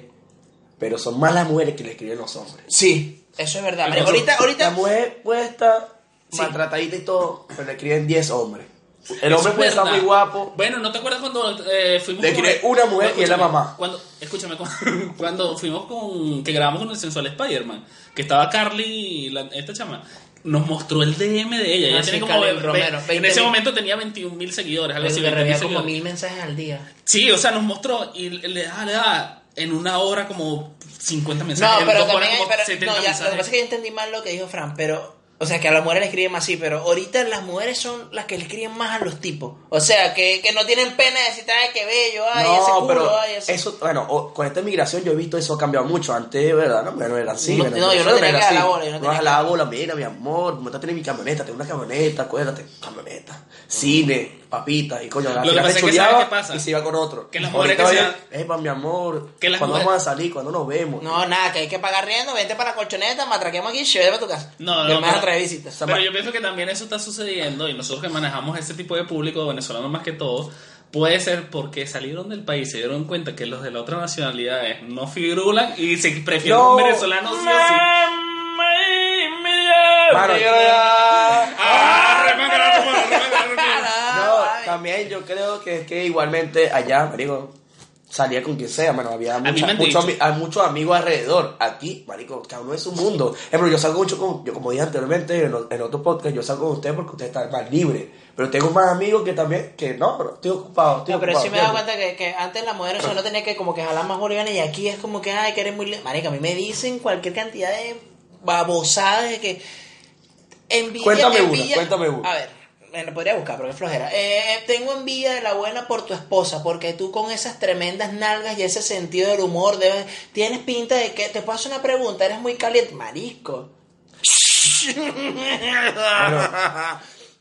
C: pero son más las mujeres que le escriben los hombres.
A: Sí, eso es verdad. marico.
B: Entonces,
A: ahorita,
C: La
A: ahorita,
C: mujer puede estar
A: Sí.
C: maltratadita y todo, pero le escriben 10 hombres. El
B: Eso
C: hombre
B: es
C: puede estar
B: verdad.
C: muy guapo.
B: Bueno, ¿no te acuerdas cuando eh, fuimos
C: Le quiere una mujer y es la
B: escúchame,
C: mamá.
B: Cuando, escúchame, cu- cuando fuimos con. que grabamos con el sensual Spider-Man, que estaba Carly, la- esta chama, nos mostró el DM de ella.
A: Ah,
B: Ella
A: sí,
B: tiene como.
A: Carly
B: ve-
A: Romero,
B: ve- en
A: 20.000.
B: ese momento tenía 21 mil seguidores, algo así.
A: me
B: 20.000
A: recibía como
B: seguidores.
A: mil mensajes al día.
B: Sí, o sea, nos mostró y le da, le da en una hora como 50 mensajes.
A: No,
B: en
A: pero
B: dos horas
A: también,
B: como
A: pero,
B: 70
A: no, ya, lo que
B: mensajes.
A: pasa es que yo entendí mal lo que dijo Fran, pero, o sea, que a las mujeres le escriben más, sí, pero ahorita las mujeres son las que le escriben más a los tipos. O sea, que, que no tienen pena de decir, ay, qué bello, ay, ese
C: no,
A: culo,
C: pero
A: ay, ese
C: eso, bueno, o- con esta inmigración yo he visto eso ha cambiado mucho. Antes, ¿verdad? No, bueno, era así.
A: No,
C: bueno,
A: no, yo no
C: era
A: tenía que
C: así.
A: dar la bola, yo no
C: No
A: tenía
C: das
A: que
C: la
A: dar-
C: bola, mira, mi amor, montate en mi camioneta, tengo una camioneta, acuérdate, camioneta, cine, papitas y coño. al
B: Lo que
C: final
B: pasa es
C: se
B: que ¿sabes
C: chuleaba
B: qué pasa?
C: Y se iba con otro.
B: Que las
C: Ahorita
B: mujeres que
C: oye, Epa, mi amor,
B: que las
C: cuando
B: mujeres-
C: vamos a salir, cuando nos vemos.
A: No, nada, que hay que pagar riendo, vente para la colchoneta, matraquemos aquí, llévate a tu casa.
B: No,
A: Que
B: no,
A: me vas a
B: pero-
A: traer visitas.
B: Pero yo pienso que también eso está sucediendo y nosotros que manejamos ese tipo de público venezolano más que todo, puede ser porque salieron del país, se dieron cuenta que los de la otra nacionalidades no figuran y se prefieren
C: No.
B: un venezolano sí o sí.
C: Mano,
B: ¡Ah, remángala, remángala, remángala, remángala!
C: No, también yo creo que es que igualmente allá, marico, salía con quien sea, mano. Había
B: mí
C: mucha-
B: me han
C: muchos
B: dicho.
C: ami- hay muchos amigos alrededor. Aquí, marico, cada uno es su mundo. Eh, pero yo salgo mucho con, yo como dije anteriormente en, o- en otro podcast, yo salgo con ustedes porque ustedes están más libres. Pero tengo más amigos que también, que no, bro, estoy ocupado, estoy
A: No, pero
C: ocupado,
A: sí me he dado
C: ¿entiendes?
A: cuenta que, que antes las mujeres solo tenían que como que jalar más órganos y aquí es como que, ay, que eres muy... li- Marica, a mí me dicen cualquier cantidad de babosadas de que... Envidia,
C: Cuéntame una,
A: envidia-
C: cuéntame una.
A: A ver, bueno, podría buscar, pero es flojera. Eh, tengo envidia de la buena por tu esposa, porque tú con esas tremendas nalgas y ese sentido del humor, debes, tienes pinta de que... Te puedo hacer una pregunta, eres muy caliente. Marisco.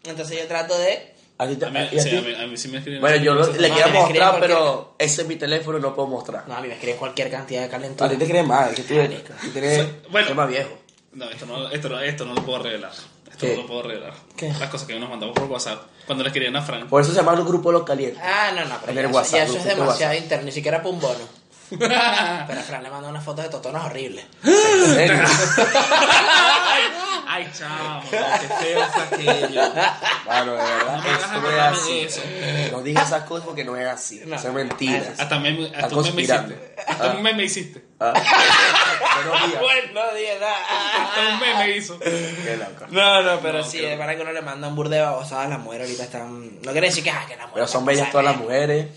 A: Entonces yo trato de...
C: A ti te-
B: A mí,
C: y a
B: sí,
C: ti-
B: a mí- a mí sí me escriben.
C: Bueno, yo lo- le
A: No,
C: quiero
A: me escriben
C: mostrar,
A: cualquier-
C: pero ese es mi teléfono y no puedo mostrar.
A: No, a mí me escriben cualquier cantidad de
C: A
A: calentura.
C: ti te crees más, es que tú eres, tú eres-
B: Sí, bueno.
C: eres más viejo.
B: No, esto no, esto, no- esto no lo puedo revelar. Esto
C: ¿Qué?
B: no lo puedo revelar.
A: ¿Qué?
B: Las cosas que nos mandamos por WhatsApp cuando le escribían a Frank.
C: Por eso se llama los grupos los calientes.
A: Ah, no, no, pero
C: En
A: ya,
C: el
A: eso-
C: WhatsApp,
A: ya eso es
C: grupito
A: demasiado interno, ni siquiera para un bono. Pero a Fran le mandó unas fotos de totonas horribles.
C: En serio.
B: ay, ay, chamo, qué feo fue aquello.
C: Mano, de verdad,
B: No me hagas
C: eso no es
B: acordarme
C: así.
B: de eso.
C: No digas esas cosas porque no es así.
A: No.
C: Son mentiras.
B: Hasta, meme-
C: Está
B: hasta un meme
C: conspirando.
B: hiciste. Hasta
C: Ah.
B: un meme hiciste. Ah,
C: Buenos días.
B: pues,
A: Bueno, dije
B: Hasta un
A: Ah.
B: meme hizo.
C: Qué loco.
A: No, no, pero
B: No,
A: sí,
B: qué
A: es para que uno le manda un burde de babosadas a las mujeres ahorita están. No quiere decir que, ah, que las mujeres.
C: Pero son
A: están
C: bellas
A: pasadas,
C: todas las
A: eh.
C: mujeres.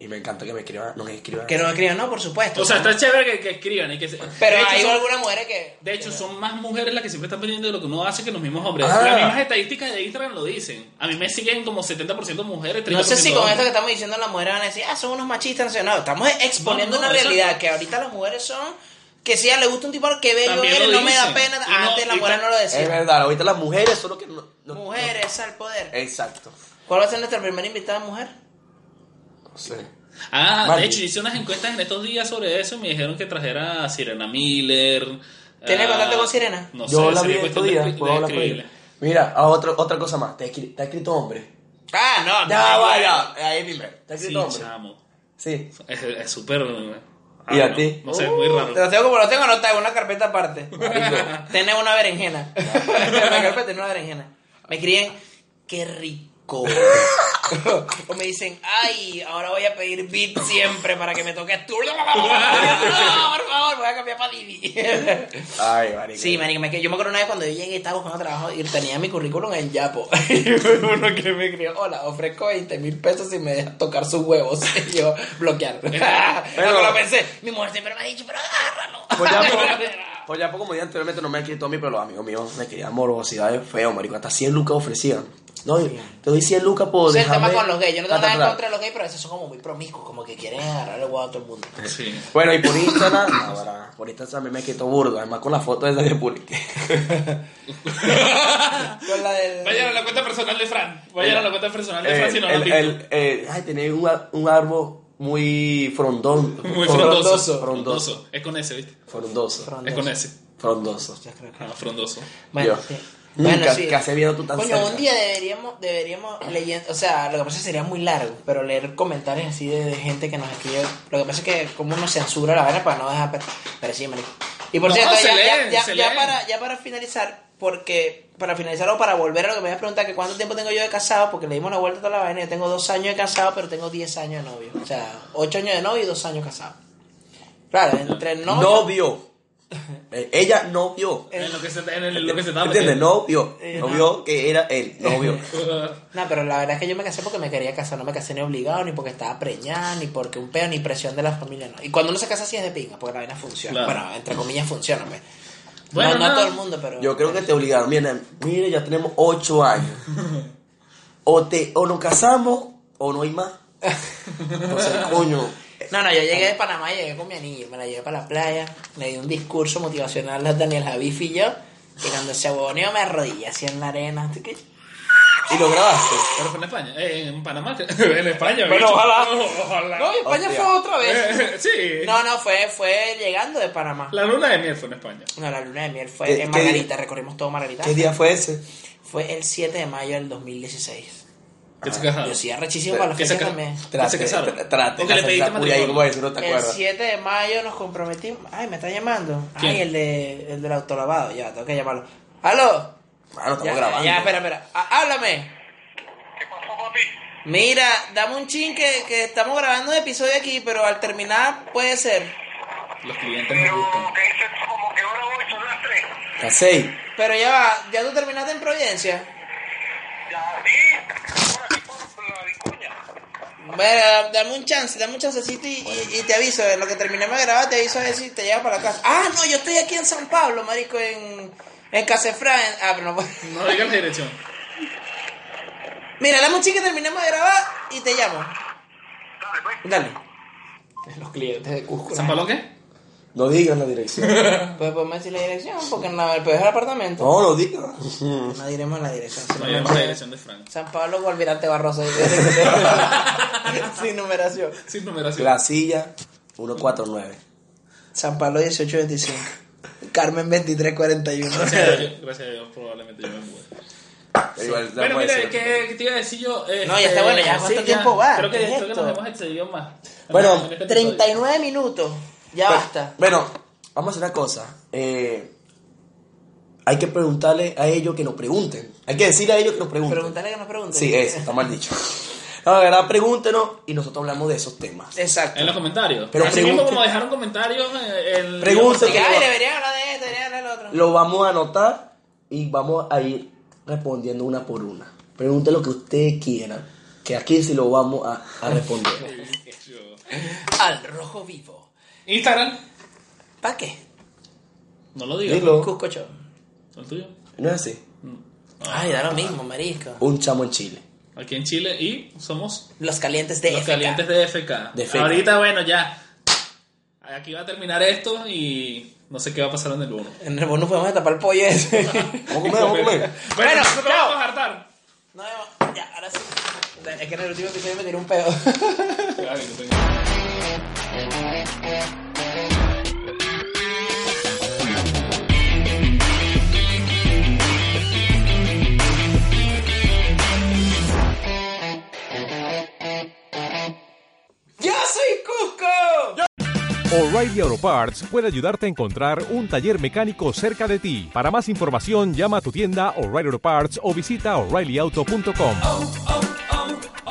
C: Y me encanta que me escriban. No me escriban.
A: Que no escriban, no, por supuesto.
B: O sea,
A: ¿no?
B: está chévere que, que escriban. Y que se-
A: Pero
B: de hecho,
A: hay
B: son-
A: algunas mujeres que.
B: De hecho, son más mujeres las que siempre están pendientes de lo que uno hace que los mismos hombres.
C: Ah.
B: Las mismas estadísticas de Instagram lo dicen. A mí me siguen como 70% mujeres, 30%
A: No sé si con esto
B: hombres.
A: que estamos diciendo las mujeres van a decir, ah, son unos machistas. No, sé, no estamos exponiendo
B: No, no,
A: una
B: eso-
A: realidad que ahorita las mujeres son. Que si a ella le gusta un tipo que bello
B: También lo
A: eres, no me da
B: dicen.
A: pena.
B: Y no-
A: Antes las
B: y
A: mujeres
B: ta-
A: no lo
C: es
A: decían.
C: verdad, ahorita las mujeres son lo que no. no-
A: Mujeres al poder.
C: Exacto.
A: ¿Cuál va a ser nuestra primera invitada mujer?
C: No sé.
B: Ah,
C: Vale.
B: de hecho, yo hice unas encuestas en estos días sobre eso y me dijeron que trajera a Sirena Miller.
A: ¿Tienes
B: ah,
A: contacto con Sirena?
B: No
C: Yo
B: sé,
C: la vi
B: sería
C: estos
B: cuestión de
C: días.
B: escri- de
C: Puedo hablar con
B: escribirle.
C: ella. Mira, ah, otra, otra cosa más. ¿Te ha escri- te ha escrito hombre?
A: Ah, no, no.
C: Ya,
A: no,
C: vaya. Ahí dime. ¿Te ha
B: Sí,
C: escrito hombre?
B: chamo.
C: Sí.
B: Es- Es súper.
C: ¿Y a
B: no,
C: ti?
B: No sé, es muy raro.
A: Te lo tengo como lo tengo anotado en una carpeta aparte.
C: Marico.
A: Tener una berenjena. una carpeta tiene una berenjena. Me escriben, qué rico. o me dicen, ay, ahora voy a pedir beat siempre para que me toques tú. no, por favor, voy a cambiar para Didi.
C: Ay, marico.
A: Sí, marico, me que yo me acuerdo una vez cuando yo llegué y estaba buscando trabajo y tenía mi currículum en Yapo. Y uno que me escribió, hola, ofrezco 20 mil pesos y me dejas tocar sus huevos. Y yo, bloquear. Pero Pues lo pensé, mi mujer siempre me ha dicho, pero agárralo.
C: Por ya, por- por Pues ya poco, como dije anteriormente, no me han escrito a mí, pero los amigos míos me querían morosidades feo, marico. Hasta 100 lucas ofrecían. No, y- te doy 100 lucas por
A: Ese es el
C: dejarme-
A: tema con los gays. Yo no tengo
C: Ta, ta,
A: nada en
C: ta.
A: contra de los gays, pero esos son como muy promiscuos, como que quieren agarrarle huevo a todo el mundo.
B: Sí.
C: Bueno, y por Instagram, ah, verdad, por Instagram también me quitó burdo, además con la foto de la que publiqué.
A: Con la del...
B: Vayan a la cuenta personal de Fran. Vayan a la cuenta personal de Fran si no lo han
C: eh, El-
B: visto.
C: el- el- ay, tenía un, ar- un árbol muy frondón.
B: Muy
A: frondoso.
B: frondoso.
C: Frondoso.
B: Es con ese, ¿viste?
C: Frondoso.
B: Es con ese.
C: Frondoso.
A: Ya creo que-
B: Ah, frondoso.
A: Bueno,
C: Yo.
A: sí.
C: Nunca
A: Bueno, sí.
C: casi viendo tú tan
A: Coño,
C: cerca.
A: un día deberíamos, deberíamos leyendo, o sea, lo que pasa es que sería muy largo, pero leer comentarios así de, de gente que nos escribe. Lo que pasa es que como uno censura la vaina para no dejar, per- pero sí, marico. Y por
B: No,
A: cierto,
B: se
A: ya, ya-
B: leen,
A: ya-
B: se
A: ya
B: leen.
A: para, ya para finalizar, porque para finalizar o para volver a lo que me habías preguntado, que cuánto tiempo tengo yo de casado, porque le dimos la vuelta a toda la vaina, yo tengo dos años de casado, pero tengo diez años de novio. O sea, ocho años de novio y dos años casado. Claro, entre novio...
C: No vio. Eh, ella no vio.
B: En lo que se, en el- lo que se estaba
C: ¿Entiendes?
B: metiendo.
C: No vio.
A: Eh,
C: No
A: no.
C: vio que era él. No vio.
A: No, pero la verdad es que yo me casé porque me quería casar, no me casé ni obligado, ni porque estaba preñada, ni porque un pedo, ni presión de la familia, no. Y cuando uno se casa así es de pinga, porque la vaina funciona.
B: Claro.
A: Bueno, entre comillas funciona, pues.
B: Bueno,
A: no, no, a
B: no.
A: todo el mundo, pero...
C: Yo creo que te obligaron. Mira, mire, ya tenemos ocho años. O, te, o nos casamos o no hay más. Entonces, coño.
A: No, no, yo llegué de Panamá y llegué con mi anillo, me la llevé para la playa, le di un discurso motivacional a Daniel Javif y yo, y cuando se aboneó me arrodillé así en la arena, así que...
C: Y lo grabaste.
B: Pero fue en España. Eh, en Panamá. en España.
A: Bueno,
B: bicho.
A: ojalá.
B: Ojalá.
A: No, y España
C: Hostia.
A: fue otra vez.
B: Eh, sí.
A: No, no, fue, fue llegando de Panamá.
B: La luna de miel fue en España.
A: No, la luna de miel
C: ¿Qué-
A: fue
C: qué
A: en
C: día?
A: Margarita, recorrimos todo Margarita.
C: ¿Qué día fue ese?
A: Fue el 7 de mayo del 2016.
B: Que se casaron.
A: Yo sí, arrechísimo para la
B: Que se
A: fecha
B: ca-
A: también.
B: que se casaron.
C: tra- Trate.
B: Porque le
C: casa
B: pediste
C: esa puya ahí,
B: matrimonio.
C: como eso, no te
A: El
C: acuerdas.
A: 7 de mayo nos comprometimos. Ay, me está llamando.
B: ¿Quién?
A: Ay, el, de, el del autolavado. Ya, tengo que llamarlo. ¡Aló!
C: Mano, estamos
A: Ya,
C: grabando.
A: ya, espera, espera. Ah, háblame.
D: ¿Qué pasó, papi?
A: Mira, dame un chin que, que estamos grabando un episodio aquí, pero al terminar puede ser.
B: Los clientes me
D: Pero
B: gustan.
D: que dice como que ahora voy, son las tres.
C: Las seis.
A: Pero ya va, ¿ya tú terminaste en Providencia?
D: Ya, sí. Ahora sí por la vicuña.
A: Mira, dame un chance, dame un chancecito y, y- y te aviso. En lo que terminemos de grabar, te aviso a ver si te llevas para la casa. Ah, no, yo estoy aquí en San Pablo, marico, en, en Casefrán. Ah, pero no puedo.
B: No digas la dirección.
A: Mira, dame un chin que terminemos de grabar y te llamo.
D: Dale, pues.
A: Dale. Los clientes de Cusco.
B: ¿San Pablo qué?
C: No digan la dirección.
A: Pues ponme decir la dirección, porque no, el peor apartamento.
C: No, no digan.
A: No diremos la dirección. si
B: No
A: no
B: digas
A: nos-
B: la dirección de Frank.
A: San Pablo Volvirante Barroso. Sin numeración.
B: Sin numeración.
C: La silla 149.
A: San Pablo 1825. Carmen 2341.
B: Gracias a Dios, gracias a Dios probablemente yo me mude.
C: Igual, la
B: Bueno,
C: puede
B: mira,
C: ser.
B: ¿qué, qué te iba a Pues decir yo? Este,
A: No, ya está bueno, ya, ¿cuánto tiempo va?
B: Creo que,
A: ¿Qué es
B: creo que
A: esto?
B: nos hemos excedido más.
C: Bueno,
B: En este episodio.
A: 39 minutos. Ya
C: Bueno,
A: basta.
C: Bueno, vamos a hacer una cosa. Eh, hay que preguntarle a ellos que nos pregunten. Hay que decirle a ellos que nos pregunten.
A: Pregúntale que nos pregunten.
C: Sí, eso, está mal dicho. No, de verdad, pregúntenos y nosotros hablamos de esos temas.
A: Exacto.
B: En los comentarios. Pero
C: Pero
B: Así mismo
C: pregunte-
B: como dejaron comentarios eh, en...
C: Pregunte-
A: Porque, ay, debería hablar de esto, debería hablar del otro.
C: Lo vamos a anotar y vamos a ir respondiendo una por una. Pregunte lo que ustedes quieran, que aquí sí lo vamos a, a responder.
A: Al rojo vivo.
B: Instagram.
A: ¿Para qué?
B: No lo digas.
C: Dilo,
A: Cuscocho.
B: ¿El tuyo?
C: no es así.
A: Ay, da lo mismo, marisco.
C: Un chamo en Chile.
B: Aquí en Chile y somos
A: Los calientes de
B: los
A: FK.
B: calientes de FK.
C: De FK.
B: Ahorita, bueno, ya. Aquí va a terminar esto y no sé qué va a pasar en el bono.
A: En el bono podemos tapar el pollo ese.
C: Vamos a comer, vamos a comer.
B: Bueno,
A: Bueno,
B: nosotros
A: chao.
B: vamos a hartar.
A: no, ya, ahora sí. Es que en el último episodio me tiré un pedo.
B: Ay, que tengo-
A: ¡Yo soy Cusco!
E: O'Reilly Auto Parts puede ayudarte a encontrar un taller mecánico cerca de ti. Para más información, llama a tu tienda O'Reilly Auto Parts o visita oreillyauto.com.
F: oh, oh,